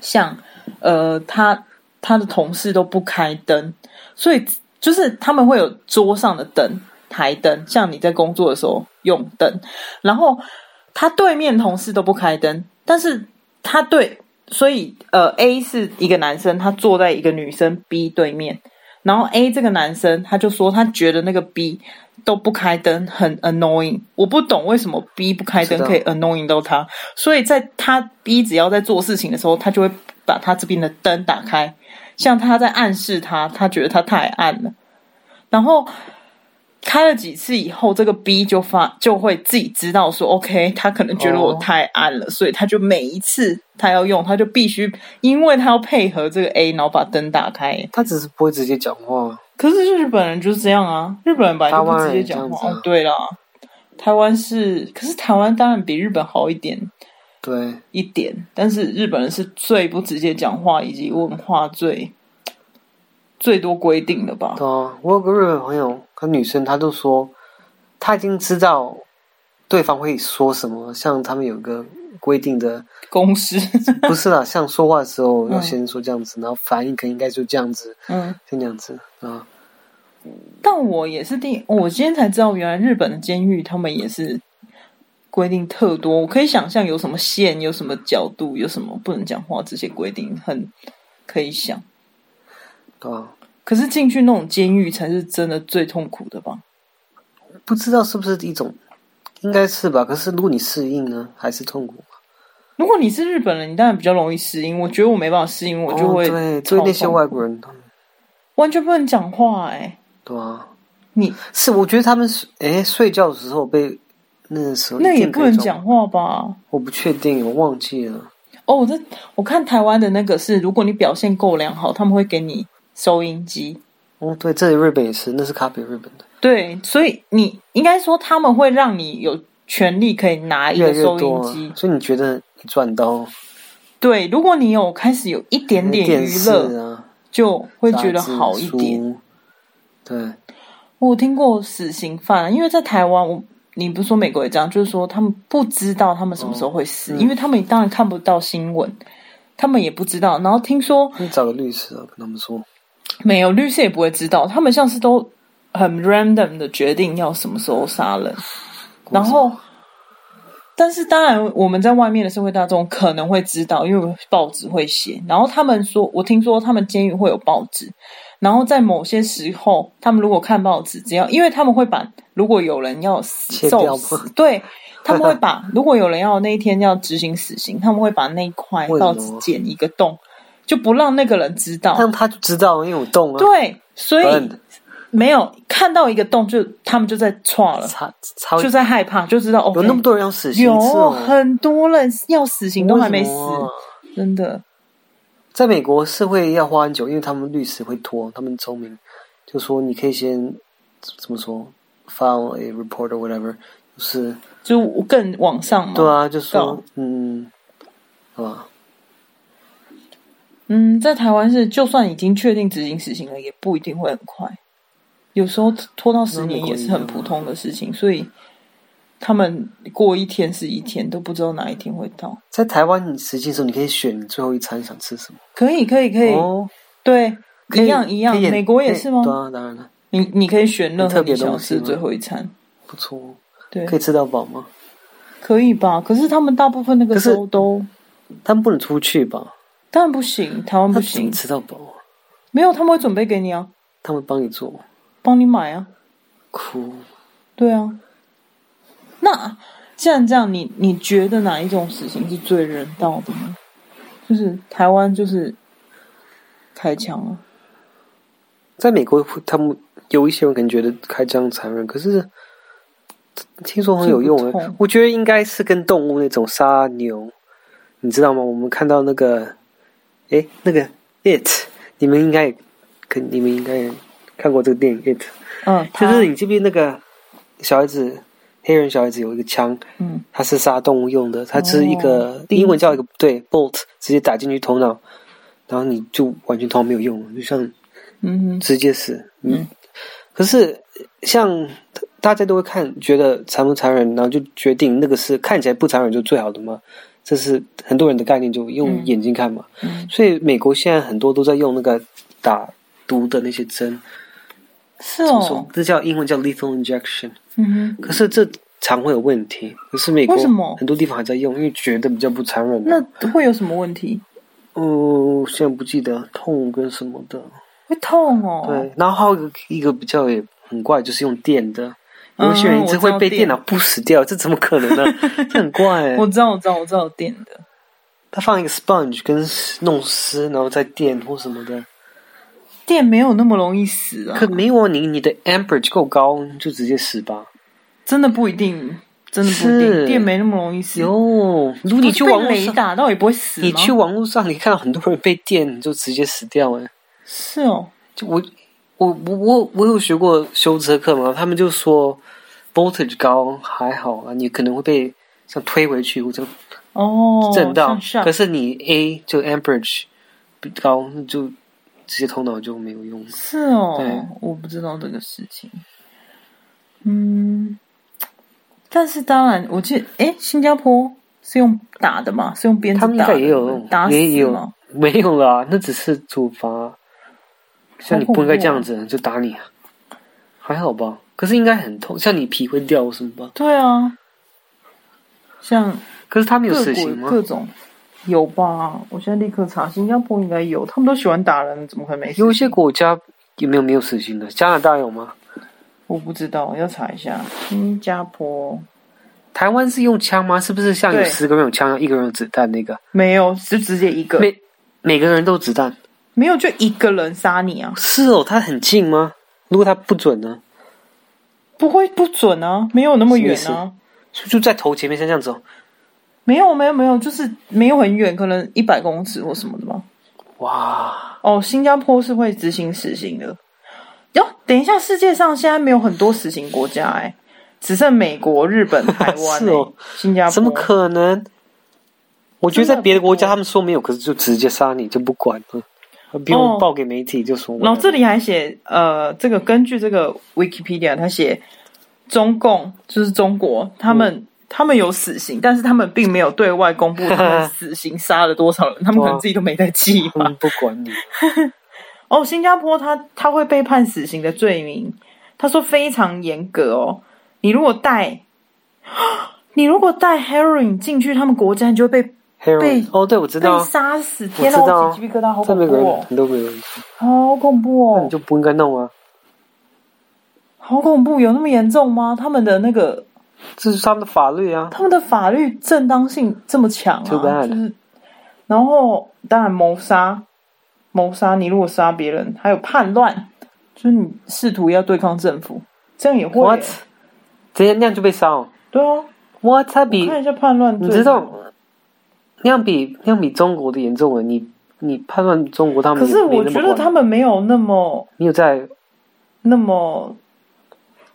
B: 像呃，他他的同事都不开灯，所以就是他们会有桌上的灯、台灯，像你在工作的时候用灯，然后他对面同事都不开灯，但是他对，所以呃，A 是一个男生，他坐在一个女生 B 对面，然后 A 这个男生他就说他觉得那个 B 都不开灯很 annoying，我不懂为什么 B 不开灯
A: 知道
B: 可以 annoying 到他，所以在他 B 只要在做事情的时候，他就会把他这边的灯打开，像他在暗示他，他觉得他太暗了，然后。开了几次以后，这个 B 就发就会自己知道说，OK，他可能觉得我
A: 哦
B: 太暗了，所以他就每一次他要用，他就必须，因为他要配合这个 A，然后把灯打开。
A: 他只是不会直接讲话，
B: 可是日本人就是这样啊，日本人本来就不直接讲
A: 台湾人也这样子
B: 话。
A: 啊
B: 哦，对啦，台湾是，可是台湾当然比日本好一点
A: 对，
B: 一点，但是日本人是最不直接讲话，以及文化最最多规定的吧？
A: 对啊。我有个日本朋友，她女生，她就说，她已经知道对方会说什么，像他们有个规定的，
B: 公
A: *laughs*
B: 司，
A: 不是啦，像说话的时候要
B: 嗯
A: 先说这样子，然后反应可能应该就这样子，
B: 嗯。
A: 先这样子啊。
B: 但我也是第，我今天才知道，原来日本的监狱他们也是规定特多。我可以想象有什么线，有什么角度，有什么不能讲话这些规定，很可以想。
A: 对啊，
B: 可是进去那种监狱才是真的最痛苦的吧？
A: 不知道是不是一种，应该是吧？可是如果你适应呢，还是痛苦。
B: 如果你是日本人，你当然比较容易适应。我觉得我没办法适应，我就会
A: 哦、对对
B: 超
A: 那些
B: 痛
A: 外国人，他们
B: 完全不能讲话、哎，
A: 对啊，
B: 你
A: 是我觉得他们睡哎睡觉的时候被那时候
B: 那
A: 一
B: 也
A: 定可
B: 不
A: 以
B: 能
A: 装
B: 讲，话吧？
A: 我不确定，我忘记了。
B: 哦，我在我看台湾的那个是，如果你表现够良好，他们会给你收音机。
A: 哦，对，这里日本也是，那是 copy 日本的，
B: 对，所以你应该说他们会让你有权利可以拿一
A: 越来
B: 个
A: 越
B: 收
A: 多
B: 音
A: 啊
B: 机。。
A: 所以你觉得你赚到
B: 对，如果你有开始有一点点
A: 电
B: 娱
A: 视
B: 乐，
A: 啊，
B: 就会觉得
A: 杂志
B: 好一点。。
A: 书对，
B: 我听过死刑犯，啊因为在台湾，我你不是说美国也这样，就是说他们不知道他们什么时候会死，
A: 嗯
B: 因为他们当然看不到新闻，他们也不知道。然后听说
A: 你找个律师啊，跟他们说。
B: 没有律师也不会知道，他们像是都很 random 的决定要什么时候杀人。然后，但是当然，我们在外面的社会大众可能会知道，因为报纸会写。然后他们说，我听说他们监狱会有报纸，然后在某些时候，他们如果看报纸，只要因为他们会把如果有人要死
A: 切掉
B: 受死，对他们会
A: *laughs*
B: 把如果有人要那一天要执行死刑，他们会把那一块
A: 为什
B: 报
A: 么
B: 纸剪一个洞，就不让那个人知道。
A: 让他就知道，因为我动啊，
B: 对，所以
A: 笨，
B: 没有看到一个洞就，他们就在错了，
A: 差差
B: 就在害怕，就知道哦，
A: 有那么多人要死刑
B: 有
A: 一次哦，
B: 很多人要死刑都还没死
A: 为，什么啊
B: 真的。
A: 在美国是会要花很久，因为他们律师会拖，他们聪明，就说你可以先怎么说，file a report or whatever，就是
B: 就更往上嘛，
A: 对啊，就说
B: 告
A: 嗯，好吧，
B: 嗯，在台湾是，就算已经确定执行死刑了，也不一定会很快，有时候拖到十年也是很普通的事情，
A: 啊
B: 所以他们过一天是一天，都不知道哪一天会到。
A: 在台湾你实际的时候，你可以选你最后一餐想吃什么，
B: 可以，可以，可以，
A: 哦，
B: 对，
A: 可
B: 一
A: 以
B: 样一样
A: 可以，演
B: 美国也是
A: 可
B: 吗
A: 以？对啊，当然了，
B: 你你可以选任何
A: 特
B: 你
A: 别
B: 想
A: 东西
B: 吃
A: 吗
B: 最后一餐，
A: 不错哦，
B: 对，
A: 可以吃到饱吗？
B: 可以吧？可是他们大部分那个
A: 可是
B: 时候都
A: 他们不能出去吧？
B: 当然不行，台湾
A: 他
B: 不
A: 怎么
B: 行，
A: 吃到饱啊？
B: 没有他们会准备给你啊，
A: 他们帮你做，
B: 帮你买啊，
A: 哭，
B: 对啊。那既然这样，你你觉得哪一种死刑是最人道的呢？就是台湾就是开枪啊，
A: 在美国，他们有一些人可能觉得开枪残忍，可是听说很有用啊
B: 这不
A: 诶
B: 痛。
A: 我觉得应该是跟动物那种杀牛、你知道吗？我们看到那个，哎，那个 It，你们应该也，肯你们应该也看过这个电影 It，
B: 嗯，
A: 就
B: 他
A: 是你记不记得那个小孩子，黑人小孩子有一个枪，
B: 嗯，
A: 它是杀动物用的，它是一个、
B: 哦
A: 英文叫一个对 bolt，直接打进去头脑，然后你就完全头脑没有用了，就像
B: 嗯
A: 直接死。
B: 嗯，
A: 可是像大家都会看，觉得残不残忍，然后就决定那个是看起来不残忍就最好的嘛。这是很多人的概念，就用
B: 嗯
A: 眼睛看嘛。
B: 嗯，
A: 所以美国现在很多都在用那个打毒的那些针，
B: 是
A: 怎么说
B: 哦，？
A: 这叫英文叫 lethal injection。
B: 嗯哼，
A: 可是这常会有问题。可是美国
B: 为什么
A: 很多地方还在用？因为觉得比较不残忍、啊。
B: 那会有什么问题？
A: 那哦，现在不记得痛跟什么的。
B: 会痛哦，
A: 对，然后还有一个一个比较也很怪，就是用电的。
B: 嗯
A: 有些人一直
B: 我知
A: 会
B: 道
A: 被
B: 电
A: 电脑不死掉，这怎么可
B: *laughs*
A: 能呢？这很怪、
B: 我
A: 欸。
B: 知道，我知道，我知道有电的，
A: 他放一个 sponge 跟弄湿，然后再电或什么的。
B: 电没有那么容易死啊
A: 可，没有啊你，你的 amperage 够高，你就直接死吧。
B: 真的不一定，真的不一定，
A: 是
B: 电没那么容易死。
A: 哟，如果你去
B: 不是
A: 网
B: 被
A: 络
B: 雷
A: 上，
B: 打到也不会死吗？
A: 你去网络上，你看到很多人被电就直接死掉、欸，哎。
B: 是哦，
A: 就我我我我我有学过修车课嘛，他们就说 voltage 高还好啊，你可能会被像推回去或者
B: 哦，
A: 震到，
B: 像
A: 可是你 A 就 amperage 比高就直接头脑就没有用。
B: 是哦
A: 对，
B: 我不知道这个事情。嗯，但是当然，我记得，哎，新加坡是用打的嘛，是用鞭子
A: 他们应
B: 打
A: 该
B: 的，
A: 也有用
B: 打，死
A: 也有
B: 吗？
A: 没有啦，那只是处罚。像你不应该这样子，就打你啊，还好吧？可是应该很痛，像你皮会掉什么吧？
B: 对啊，像
A: 可是他们有
B: 各
A: 死刑
B: 国
A: 吗？
B: 各种有吧？我现在立刻查，新加坡应该有，他们都喜欢打人，怎么可能没事？
A: 有一些国家有没有没有死刑的？加拿大有吗？
B: 我不知道，要查一下新加坡
A: 台湾是用枪吗？是不是像有
B: 对
A: 十个人有枪，一个人有子弹那个？
B: 没有，就直接一个，
A: 每每个人都有子弹？
B: 没有就一个人杀你啊，
A: 是哦，他很近吗？如果他不准呢？
B: 不会不准啊，没有那么远
A: 什么意
B: 啊。
A: 就就在头前面像这样子哦。
B: 没有没有没有，就是没有很远，可能一百公尺或什么的吧。
A: 哇，
B: 哦，新加坡是会执行死刑的。哟、等一下，世界上现在没有很多死刑国家哎、只剩美国、日本、台湾、
A: *laughs* 是哦
B: 哎新加坡
A: 怎么可能？我觉得在别的国家他们说没有，可是就直接杀你，就不管了，不用报给媒体就说。
B: 然后哦这里还写，呃，这个根据这个 Wikipedia，他写中共就是中国，他们、
A: 嗯
B: 他们有死刑，但是他们并没有对外公布他
A: *laughs*
B: 们死刑杀了多少人，他们可能自己都没在记
A: 他
B: 吧。
A: 们不管你，
B: 哦，新加坡他他会被判死刑的罪名，他说非常严格哦，你如果带。你如果带 heroin 进去他们国家，你就会被 *laughs* 被
A: Heroin 哦，对，我知道
B: 被
A: 啊，
B: 杀死。
A: 我
B: 天
A: 知
B: 哪，
A: 道
B: 我
A: 啊
B: 起鸡皮疙瘩，好
A: 在
B: 恐
A: 美
B: 怖
A: 国人
B: 哦，
A: 很多美国人
B: 好恐怖哦！
A: 你就不应该弄啊，
B: 好恐怖，有那么严重吗？他们的那个，
A: 这是他们的法律啊。
B: 他们的法律正当性这么强啊，
A: Too bad
B: 就是，然后当然谋杀，谋杀你如果杀别人，还有叛乱，就是你试图要对抗政府，这样也会
A: What？直接那样就被杀哦。
B: 对啊，
A: What？他比
B: 看一下叛乱罪，
A: 你知道，那样比那样比中国的严重了。啊你你判断中国他们
B: 可是
A: 没
B: 我
A: 那
B: 觉
A: 么
B: 得
A: 管
B: 他们没有那么
A: 你有在，
B: 那么，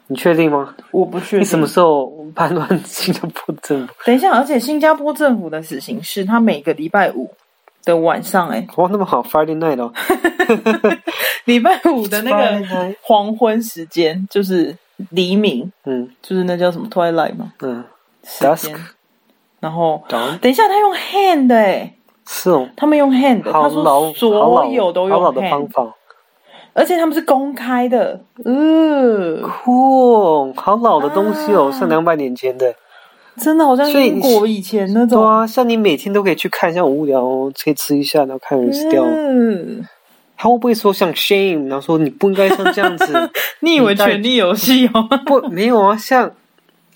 A: 你确定吗？
B: 我不
A: *laughs*
B: 确
A: 你
B: 定
A: 什么时候判断新加坡政府？
B: 等一下，而且新加坡政府的死刑是他每个礼拜五的晚上、哎，
A: 哇，那么好，Friday night 哦，
B: 礼拜五的那
A: Friday night
B: 个黄昏时间，就是黎明，
A: 嗯
B: 就是那叫什么 twilight 嘛，
A: 嗯
B: 时间
A: ，Dusk。
B: 然后
A: Dawn
B: 等一下，他用 hand 的、欸，
A: 是哦，
B: 他们用 hand，的
A: 好
B: 他
A: 老
B: 说所有都用
A: 好老好老的方
B: hand，
A: 法，
B: 而且他们是公开的，呃，
A: 酷哦，好老的东西哦，
B: 啊
A: 上两百年前的。
B: 真的好像
A: 所以
B: 英国以前那
A: 对
B: 种，
A: 啊，像你每天都可以去看，像我无聊哦，可以吃一下，然后看人死掉。
B: 嗯，
A: 他会不会说像 shame，然后说你不应该像这样
B: *laughs*
A: 子？
B: 你以为权力游戏哦？
A: 不，没有啊，像，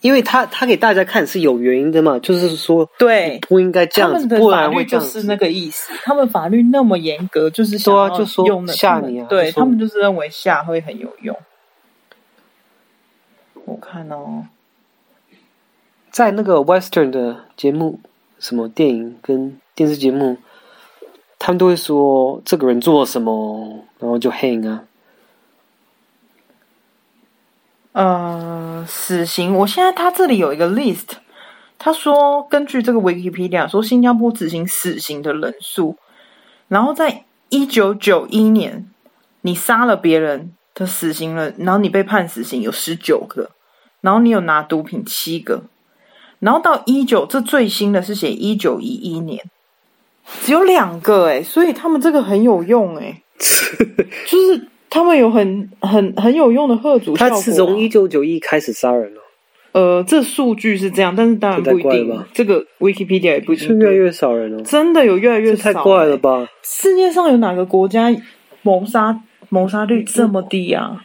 A: 因为他他给大家看是有原因的嘛，就是说
B: *laughs* 对，
A: 不应该这
B: 他
A: 样子，
B: 们的
A: 不
B: 法
A: 然会
B: 律
A: 这
B: 就
A: 样
B: 是
A: 子。
B: 那个意思，他们法律那么严格，就是想要
A: 对啊就说
B: 用的
A: 吓
B: 他们
A: 你啊
B: 对
A: 就说
B: 他们就是认为吓会很有用。我看哦，哦
A: 在那个 Western 的节目什么电影跟电视节目，他们都会说这个人做了什么，然后就 hang 啊。
B: 呃，死刑，我现在他这里有一个 list，他说根据这个 Wikipedia 说，新加坡执行死刑的人数，然后在一九九一年，你杀了别人的死刑人，然后你被判死刑有十九个，然后你有拿毒品七个，然后到一九这最新的是写一九一一年，只有两个哎、所以他们这个很有用哎、就是他们有很很很有用的贺主效
A: 他
B: 果啊。
A: 是从一九九一开始杀人了，
B: 呃，这数据是这样，但是当然不一
A: 这太怪
B: 定
A: 了吧。
B: 这个 Wikipedia 也不一定
A: 是越来越少人了，
B: 真的有越来
A: 这
B: 越少、
A: 太怪了吧？
B: 世界上有哪个国家谋杀谋杀率这么低啊？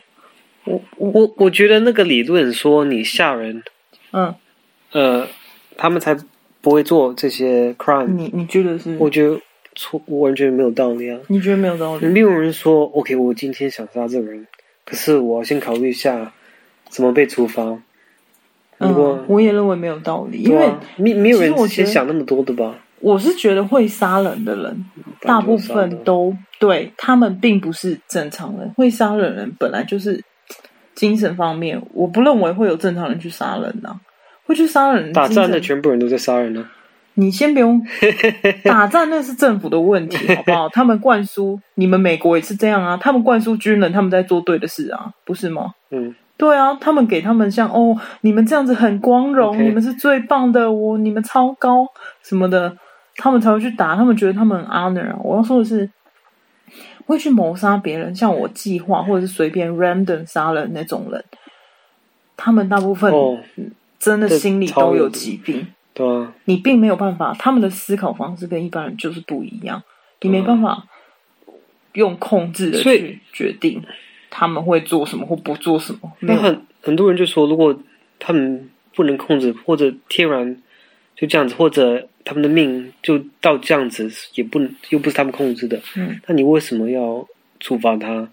A: 我我我觉得那个理论说你吓人，
B: 嗯，
A: 呃，他们才不会做这些 crime，、
B: 你你觉得是？
A: 我觉得错，我完全没有道理啊。
B: 你觉得没有道理？
A: 没有人说 OK，我今天想杀这个人，可是我要先考虑一下怎么被处罚。如果
B: 嗯，、我也认为没有道理，因
A: 对
B: 为
A: 啊没没有
B: 其实我
A: 人
B: 觉
A: 先
B: 得
A: 想那么多的吧？
B: 我是觉得会杀人的人，大部分都对他们并不是正常人，会杀人的人本来就是精神方面，我不认为会有正常人去杀人呐、会去杀人
A: 打
B: 精
A: 仗
B: 神
A: 的全部人都在杀人呢、
B: 你先
A: *laughs*
B: 不用打仗，那是政府的问题，好不好？他们灌输你们美国也是这样啊，他们灌输军人他们在做对的事啊，不是吗？
A: 嗯，
B: 对啊，他们给他们像哦，你们这样子很光荣
A: OK
B: 你们是最棒的，我你们超高什么的，他们才会去打，他们觉得他们很 honor 啊。我要说的是，会去谋杀别人，像我计划或者是随便 random 杀人那种人，他们大部分
A: 哦，
B: 真的
A: 这
B: 心里
A: 超
B: 都
A: 有
B: 有
A: 毒
B: 疾病。
A: 对啊，
B: 你并没有办法，他们的思考方式跟一般人就是不一样，你没办法用控制的
A: 嗯所以
B: 去决定他们会做什么或不做什么。
A: 那
B: 没有，
A: 很很多人就说，如果他们不能控制，或者天然就这样子，或者他们的命就到这样子，也不能又不是他们控制的，
B: 嗯，
A: 那你为什么要处罚他？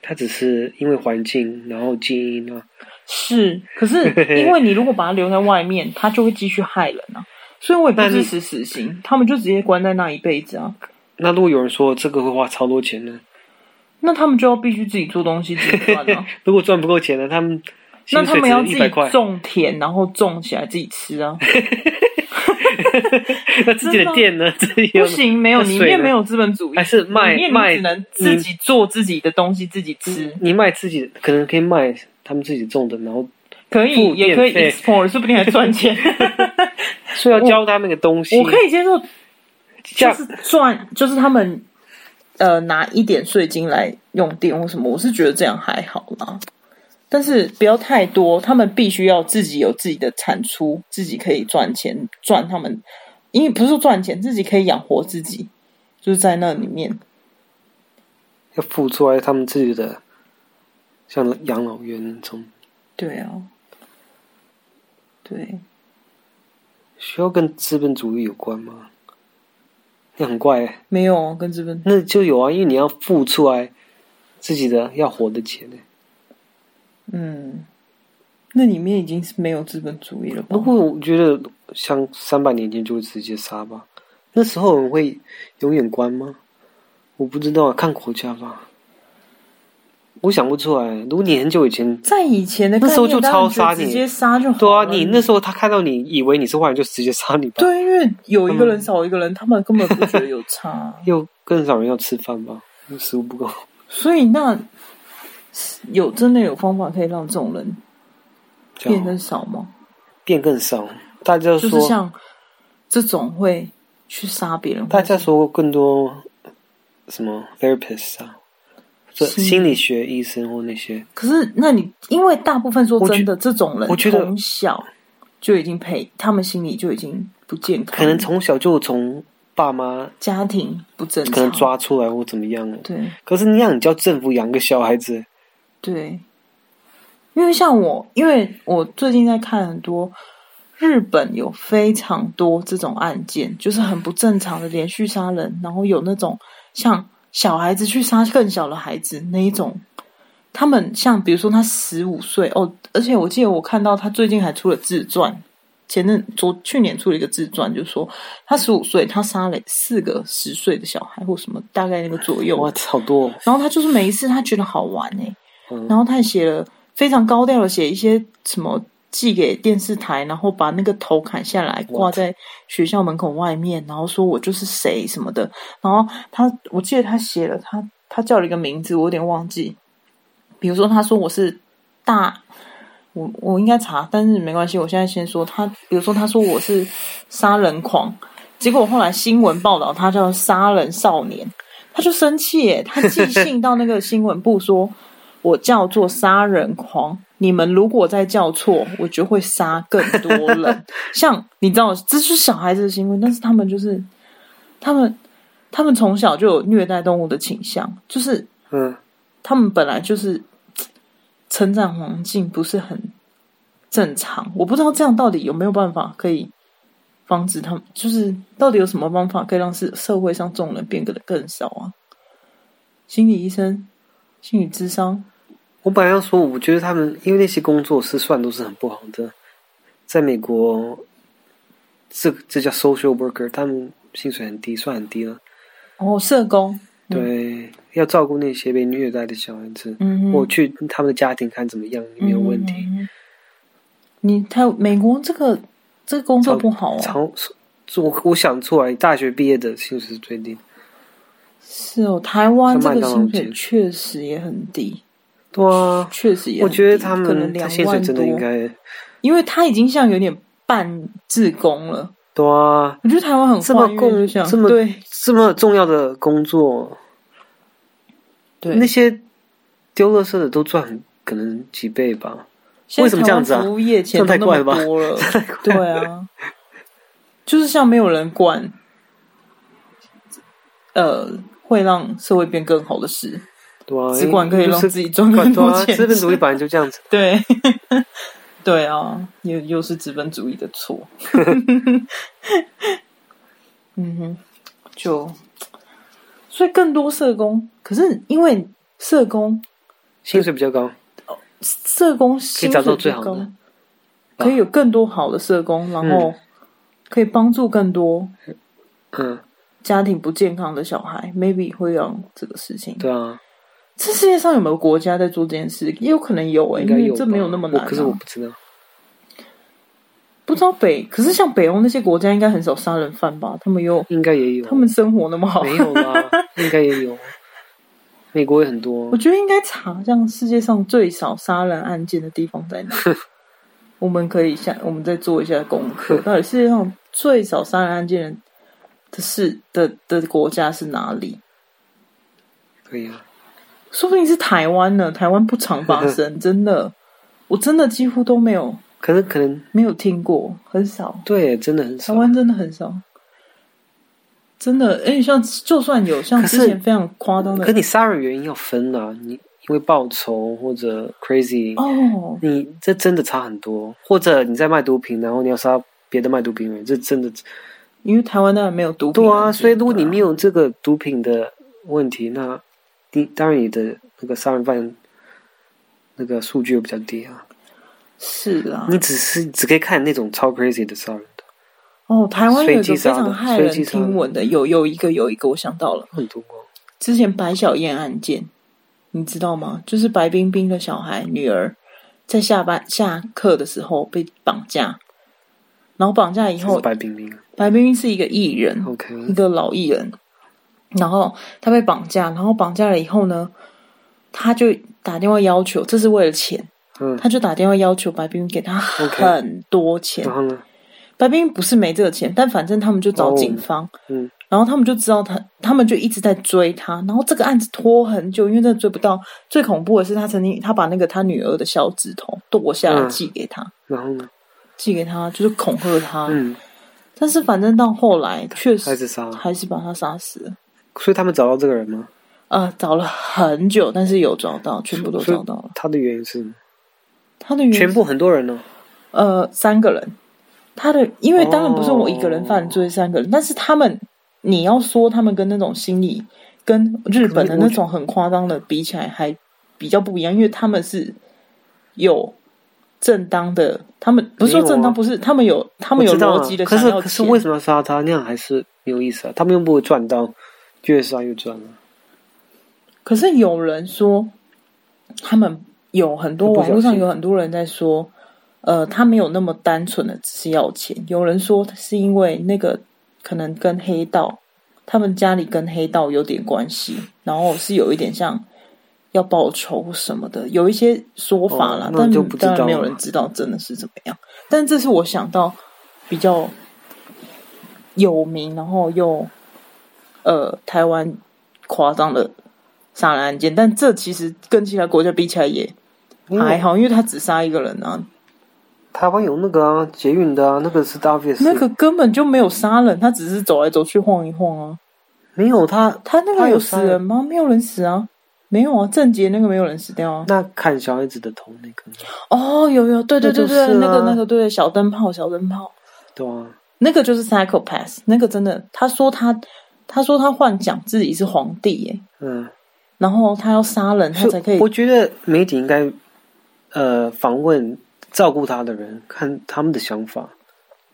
A: 他只是因为环境，然后基因啊，
B: 是，
A: *laughs*
B: 可是因为你如果把他留在外面，他就会继续害人啊。所以我也不
A: 那
B: 支
A: 你
B: 持死刑，他们就直接关在那一辈子啊。
A: 那如果有人说这个会花超多钱呢？
B: 那他们就要必须自己做东西自己赚啊。
A: 如果赚不够钱呢，他们 *laughs* 薪
B: 那他
A: 水
B: 们要
A: 只
B: 自
A: 一百
B: 己
A: 块，
B: 种田，然后种起来自己吃啊。
A: 那自己
B: 真的
A: 的店呢？自己有
B: 不行，没有，
A: 那
B: 里
A: 水
B: 面
A: 呢
B: 没有资本主义，
A: 还是卖
B: 里面你
A: 卖嗯
B: 只能自己做自己的东西，自己吃，
A: 你卖自己可能可以卖他们自己种的，然后
B: 可以
A: 付
B: 也可以
A: 电费
B: export，说不定还
A: *laughs*
B: 赚钱。
A: 所以要教他们个东西。
B: 我可以接受，
A: 这
B: 就
A: 样
B: 是赚，就是他们呃拿一点税金来用电或什么，我是觉得这样还好啦。但是不要太多，他们必须要自己有自己的产出，自己可以赚钱，赚他们，因为不是说赚钱，自己可以养活自己，就是在那里面。
A: 要付出来他们自己的，像养老院那种，
B: 对啊，对，
A: 需要跟资本主义有关吗？那很怪、欸，
B: 没有啊跟资本
A: 那就有啊，因为你要付出来自己的要活的钱、欸。
B: 嗯，那里面已经是没有资本主义了吧
A: 不？过我觉得像三百年前就会直接杀吧，那时候人会永远关吗？我不知道啊，看国家吧。我想不出来，如果你很久以前，
B: 在以前的概念
A: 那时候就超杀
B: 当然觉得
A: 你
B: 直接杀就好
A: 对啊，
B: 了
A: 你那时候他看到你以为你是坏人，就直接杀你吧。，
B: 对，因为有一个人
A: 嗯
B: 少一个人，他们根本不觉得有差，
A: 又更少人要吃饭吧，食物不够。
B: 所以那有真的有方法可以让这种人
A: 这
B: 变
A: 样
B: 更少吗？
A: 变更少。大家
B: 就
A: 说，
B: 是像这种会去杀别人，
A: 大家说更多什么 therapist 啊，这
B: 心理
A: 心理学医生或那些，
B: 可是，那你因为大部分说
A: 我觉
B: 真的，这种人
A: 我觉得
B: 从小就已经培，他们心理就已经不健康，
A: 可能从小就从爸妈
B: 家庭不正常，
A: 可能抓出来或怎么样了。
B: 对
A: 可是你让你叫政府养个小孩子，
B: 对。因为像我，因为我最近在看很多日本有非常多这种案件，就是很不正常的连续杀人，然后有那种像小孩子去杀更小的孩子那一种。他们像比如说他十五岁哦，而且我记得我看到他最近还出了自传，前阵昨去年出了一个自传，就说他十五岁，他杀了四个十岁的小孩或什么，大概那个左右。
A: 哇，好多、哦，
B: 然后他就是每一次他觉得好玩哎、
A: 嗯
B: 然后他也写了非常高调的写一些什么寄给电视台，然后把那个头砍下来挂在学校门口外面，然后说我就是谁什么的。然后他我记得他写了他他叫了一个名字，我有点忘记，比如说他说我是大。我我应该查，但是没关系，我现在先说他。比如说，他说我是杀人狂，结果后来新闻报道他叫杀人少年，他就生气耶，他寄信到那个新闻部说，我叫做杀人狂，你们如果再叫错，我就会杀更多人。像你知道，这是小孩子的行为，但是他们就是他们他们从小就有虐待动物的倾向，就是
A: 嗯，
B: 他们本来就是嘖成长环境不是很正常，我不知道这样到底有没有办法可以防止他们，就是到底有什么方法可以让社社会上众人变得更少啊？心理医生、心理智商，
A: 我本来要说，我觉得他们因为那些工作是算都是很不好的，在美国，这这叫 social worker，他们薪水很低，算很低了。
B: 哦，社工，
A: 对，要照顾那些被虐待的小孩子，
B: 嗯哼，
A: 我去他们的家庭看怎么样，没有问题。
B: 嗯哼。嗯哼你他美国这个这个工作
A: 超
B: 不好哦，
A: 超，我我想出来，大学毕业的薪水是最低的。
B: 是哦，台湾这
A: 像麦
B: 个
A: 当劳
B: 薪水
A: 钱
B: 确实也很低，
A: 对啊，
B: 确实也
A: 我
B: 很低，
A: 觉得他
B: 可能
A: 们他
B: 两
A: 薪水
B: 万
A: 真的
B: 多
A: 应该，
B: 因为他已经像有点半自工了。
A: 对啊，
B: 我觉得台湾很
A: 这么
B: 跨越
A: 共
B: 就像
A: 这么
B: 对
A: 这么重要的工作，
B: 对，
A: 那些丢垃圾的都赚很可能几倍吧。
B: 现在
A: 为什么这样子啊
B: 台湾服务业钱
A: *laughs* 这样太
B: 都那
A: 怪
B: 么
A: 了吧
B: 多了，对啊，就是像没有人管，呃，会让社会变更好的事，
A: 对啊，
B: 只管可以
A: 就
B: 让
A: 是
B: 自己赚
A: 管
B: 更
A: 对
B: 多
A: 啊，
B: 钱，
A: 资本主义本来就这样子。
B: 对， *laughs* 对啊，又又是资本主义的错。 *laughs* 嗯哼，就所以更多社工，可是因为社工
A: 薪水比较高，
B: 社工薪
A: 找
B: 水
A: 到最好
B: 高，
A: 的啊
B: 可以有更多好的社工，然
A: 嗯
B: 后可以帮助更多
A: 嗯，
B: 家庭不健康的小孩，maybe 会让这个事情。
A: 对啊，
B: 这世界上有没有国家在做这件事？也有可能有诶、
A: 应
B: 因
A: 该
B: 为
A: 有吧。
B: 这没有那么难、
A: 我
B: 啊。
A: 可是我不知道，
B: 不知道北，可是像北欧那些国家应该很少杀人犯吧？他们又
A: 应该也有。
B: 他们生活那么好，
A: *laughs* 没有啦，应该也有。美国也很多
B: 我，觉得应该查像世界上最少杀人案件的地方在
A: *laughs*
B: 哪。我们可以下，我们再做一下功课，到底世界上最少杀人案件的是的的国家是哪里？
A: 可以啊。
B: 说不定是台湾呢，台湾不常
A: *laughs*
B: 发生，真的，我真的几乎都没有
A: 可能可能
B: 没有听过，很少。
A: 对，真的很
B: 台
A: 少。
B: 湾真的很少，真的，而且像就算有像
A: 可是
B: 之前非常夸张
A: 可
B: 的
A: 你杀人原因要分啊，你因为报仇或者 crazy，、
B: 哦，
A: 你这真的差很多。或者你在卖毒品，然后你要杀别的卖毒品人，这真的
B: 因为台湾当然没有毒品
A: 对啊。
B: 案件
A: 所以如果你没
B: 对啊
A: 有这个毒品的问题，那你当然你的那个杀人犯那个数据又比较低啊。
B: 是啊，
A: 你只是只可以看那种超 crazy 的杀人的
B: 哦，台湾有一
A: 随
B: 个
A: 机
B: 非
A: 杀的
B: 常骇
A: 随
B: 人
A: 机杀的
B: 听闻的，有有一个有一个，我想到了，
A: 很多哦。
B: 之前白小燕案件，你知道吗？就是白冰冰的小孩女儿在下班下课的时候被绑架，然后绑架以
A: 这是
B: 后，
A: 白冰冰啊
B: 白冰冰是一个艺人，
A: ，OK，
B: 一个老艺人，然后他被绑架，然后绑架了以后呢，他就打电话要求，这是为了钱，
A: 嗯，
B: 他就打电话要求白冰冰给他
A: OK
B: 很多钱。
A: 然后呢？
B: 白冰冰不是没这个钱，但反正他们就找警方，
A: 嗯，
B: 然后他们就知道他，他们就一直在追他，然后这个案子拖很久，因为真的追不到。最恐怖的是，他曾经他把那个他女儿的小指头剁下来
A: 嗯
B: 寄给他，
A: 然后呢？
B: 寄给他就是恐吓他，
A: 嗯，
B: 但是反正到后来确
A: 还是
B: 实
A: 杀，
B: 还是把他杀死了。
A: 所以他们找到这个人吗？
B: 呃，找了很久，但是有找到，全部都
A: 所以
B: 找到了。嗯
A: 他的原因是什么
B: 他的原因
A: 全部很多人呢、
B: 呃三个人，他的因为当然不是我一个人犯
A: 哦
B: 罪，三个人，但是他们你要说他们跟那种心理跟日本
A: 可是
B: 的
A: 我
B: 那种很夸张的比起来，还比较不一样，因为他们是有正当的，他们不是说
A: 没有啊
B: 正当，不是他们有他们有
A: 我知道啊
B: 逻辑的
A: 可
B: 想
A: 是
B: 要
A: 可是为
B: 钱，
A: 什么要杀他？那样还是没有意思啊！他们又不会赚到，越杀越赚啊！
B: 可是有人说他们有很多
A: 不小
B: 网
A: 心
B: 络上有很多人在说，呃，他没有那么单纯的只是要钱，有人说是因为那个可能跟黑道，他们家里跟黑道有点关系，然后是有一点像。要报仇什么的，有一些说法啦，
A: 哦那
B: 但
A: 就不知道
B: 当然没有
A: 了
B: 人知道真的是怎么样。但这是我想到比较有名，然后又呃台湾夸张的杀人案件，但这其实跟其他国家比起来也
A: 因
B: 还
A: 为
B: 好，因为他只杀一个人啊，
A: 台湾有那个啊，捷运的啊，那个是 obvious，
B: 那个根本就没有杀人，他只是走来走去晃一晃啊。
A: 没有他，
B: 他那个
A: 他有
B: 死
A: 杀人
B: 人吗？没有人死啊，没有啊，郑杰那个没有人死掉啊。
A: 那砍小孩子的头那个，
B: 哦，有有，对对对对，
A: 那就是啊
B: 那个那个对，小灯泡小灯泡，
A: 对啊，
B: 那个就是 psychopath，那个真的，他说他他说他幻想自己是皇帝耶，
A: 嗯，
B: 然后他要杀人，他
A: 所
B: 才可以
A: 我觉得媒体应该呃访问照顾他的人，看他们的想法，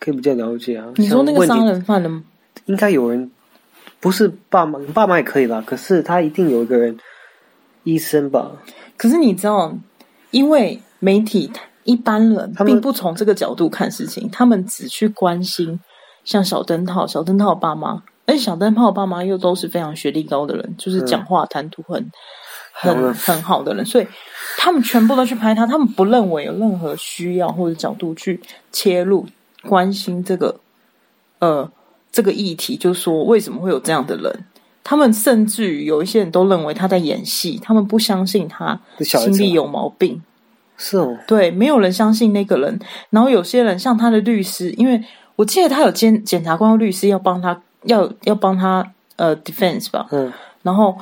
A: 可以比较了解啊。
B: 你说那
A: 像
B: 个
A: 问题
B: 杀人犯的吗？
A: 应该有人，不是爸妈，爸妈也可以啦。可是他一定有一个人，医生吧？
B: 可是你知道，因为媒体一般人
A: 他们
B: 并不从这个角度看事情，他们只去关心像小灯泡、小灯泡爸妈，而且小灯泡爸妈又都是非常学历高的人，就是
A: 嗯
B: 讲话谈吐很、
A: 懂
B: 很
A: 了
B: 很好的人，所以他们全部都去拍他，他们不认为有任何需要或者角度去切入关心这个呃这个议题，就是说为什么会有这样的人。他们甚至于有一些人都认为他在演戏，他们不相信他
A: 这小孩
B: 心
A: 子啊
B: 里有毛病。
A: 是哦，
B: 对，没有人相信那个人。然后有些人像他的律师，因为我记得他有检检察官和律师要帮他，要要帮他呃 defense 吧，
A: 嗯，
B: 然后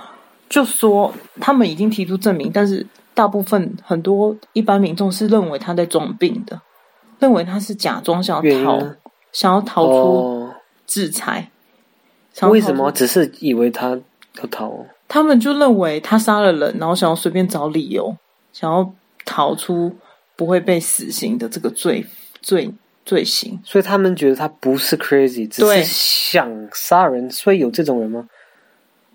B: 就说他们已经提出证明，但是大部分很多一般民众是认为他在装病的，认为他是假装想
A: 原
B: 要
A: 因
B: 逃，
A: 呢
B: 想要逃出
A: 哦，
B: 制裁。想要
A: 为
B: 逃
A: 什
B: 出
A: 么只是以为他要逃哦？
B: 他们就认为他杀了人，然后想要随便找理由，想要逃出不会被死刑的这个罪罪罪行。
A: 所以他们觉得他不是 crazy，只
B: 对
A: 是想杀人，所以有这种人吗？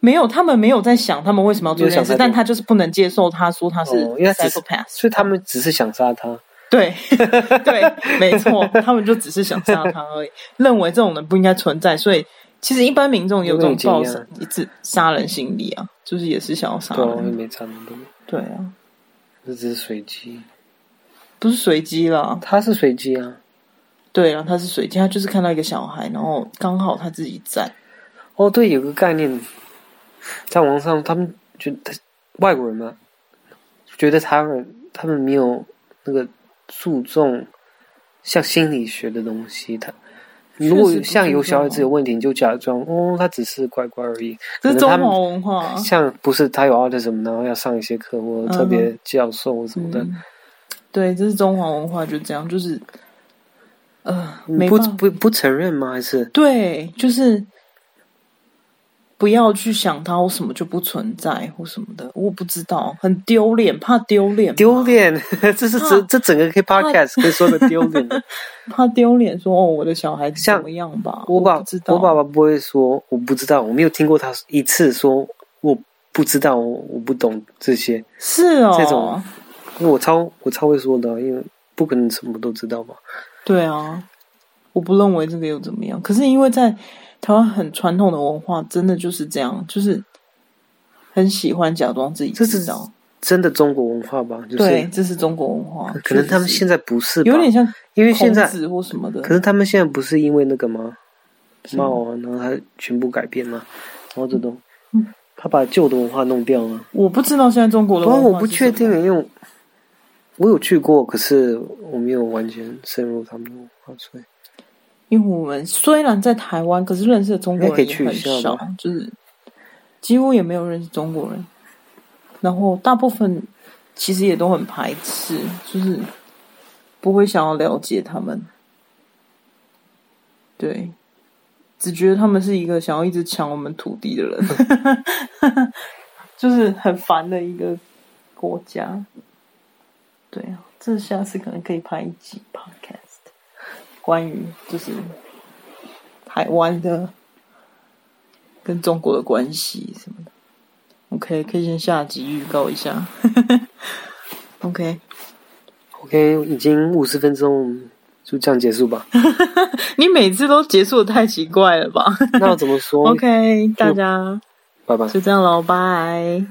B: 没有，他们没有在想他们为什么要做这件
A: 没有想太
B: 事，
A: 多
B: 但他就是不能接受他说他是
A: 哦因为他只是
B: psychopath。
A: 所以他们只是想杀他。
B: *laughs* 对对，没错，他们就只是想杀他而已，认为这种人不应该存在，所以其实一般民众也有这种
A: 有
B: 暴
A: 点惊讶
B: 杀一直杀人心理啊，就是也是想要杀
A: 对啊，我也
B: 人。
A: 没差那么多，
B: 对啊，
A: 这只是随机。
B: 不是随机啦，
A: 他是随机啊。
B: 对啊，他是随机，他就是看到一个小孩，然后刚好他自己在。
A: 哦，对，有个概念，在网上他们觉得外国人嘛，觉得台湾人他们没有那个注重像心理学的东西。他如果
B: 确实不
A: 像有
B: 注重
A: 小孩子有问题，你就假装哦，他只是乖乖而已。
B: 这是
A: 可
B: 中
A: 能他们
B: 华文化啊，
A: 像不是他有 autism，然后要上一些课或特别教授什么的，
B: 嗯对，这是中华文化，就这样，就是，呃，
A: 你
B: 没
A: 嗯不
B: 办法
A: 不不承认吗？还是
B: 对，就是不要去想它或什么就不存在或什么的，我不知道，很丢脸，怕丢脸，
A: 丢，脸？ *laughs* 这是这这整个 K podcast 可以说的丢脸的。
B: 怕丢脸，说哦，我的小孩子
A: 像
B: 怎么样吧？
A: 我
B: 我
A: 爸
B: 不知道，
A: 我爸爸不会说我不知道，我没有听过他一次说我不知道，我我不懂这些，
B: 是哦，
A: 这种因为我超我超会说的，啊因为不可能什么都知道吧。
B: 对啊，我不认为这个又怎么样。可是因为在台湾很传统的文化，真的就是这样，就是很喜欢假装自己
A: 这是
B: 知道。
A: 真的中国文化吧，就
B: 对，
A: 是
B: 这是中国文化。
A: 可能他们现
B: 在
A: 在不是吧，
B: 有点像
A: 因为现在
B: 孔子或什么的。
A: 可是他们现在不是因为那个吗？
B: 是
A: 猫王，然后他全部改变了，毛泽东
B: 嗯，
A: 他把旧的文化弄掉了。
B: 我不知道现在中国的
A: 不
B: 文
A: 然
B: 化，
A: 我不确定。，欸因为我有去过，可是我没有完全深入他们的文化，所以
B: 因为我们虽然在台湾，可是认识的中国
A: 应该可
B: 人
A: 以
B: 也
A: 去
B: 很
A: 一下
B: 少
A: 吧，
B: 就是几乎也没有认识中国人。然后大部分其实也都很排斥，就是不会想要了解他们。对，只觉得他们是一个想要一直抢我们土地的人， *laughs* 就是很烦的一个国家。对啊，这下次可能可以拍一集 podcast，关于就是台湾的跟中国的关系什么的。OK，可以先下集预告一下。OK，
A: OK，已经五十分钟，就这样结束
B: *laughs*
A: 吧。
B: 你每次都结束的太奇怪了吧 *laughs*
A: 那要怎么说
B: ？OK，大家
A: 拜拜。
B: 就这样喽，拜。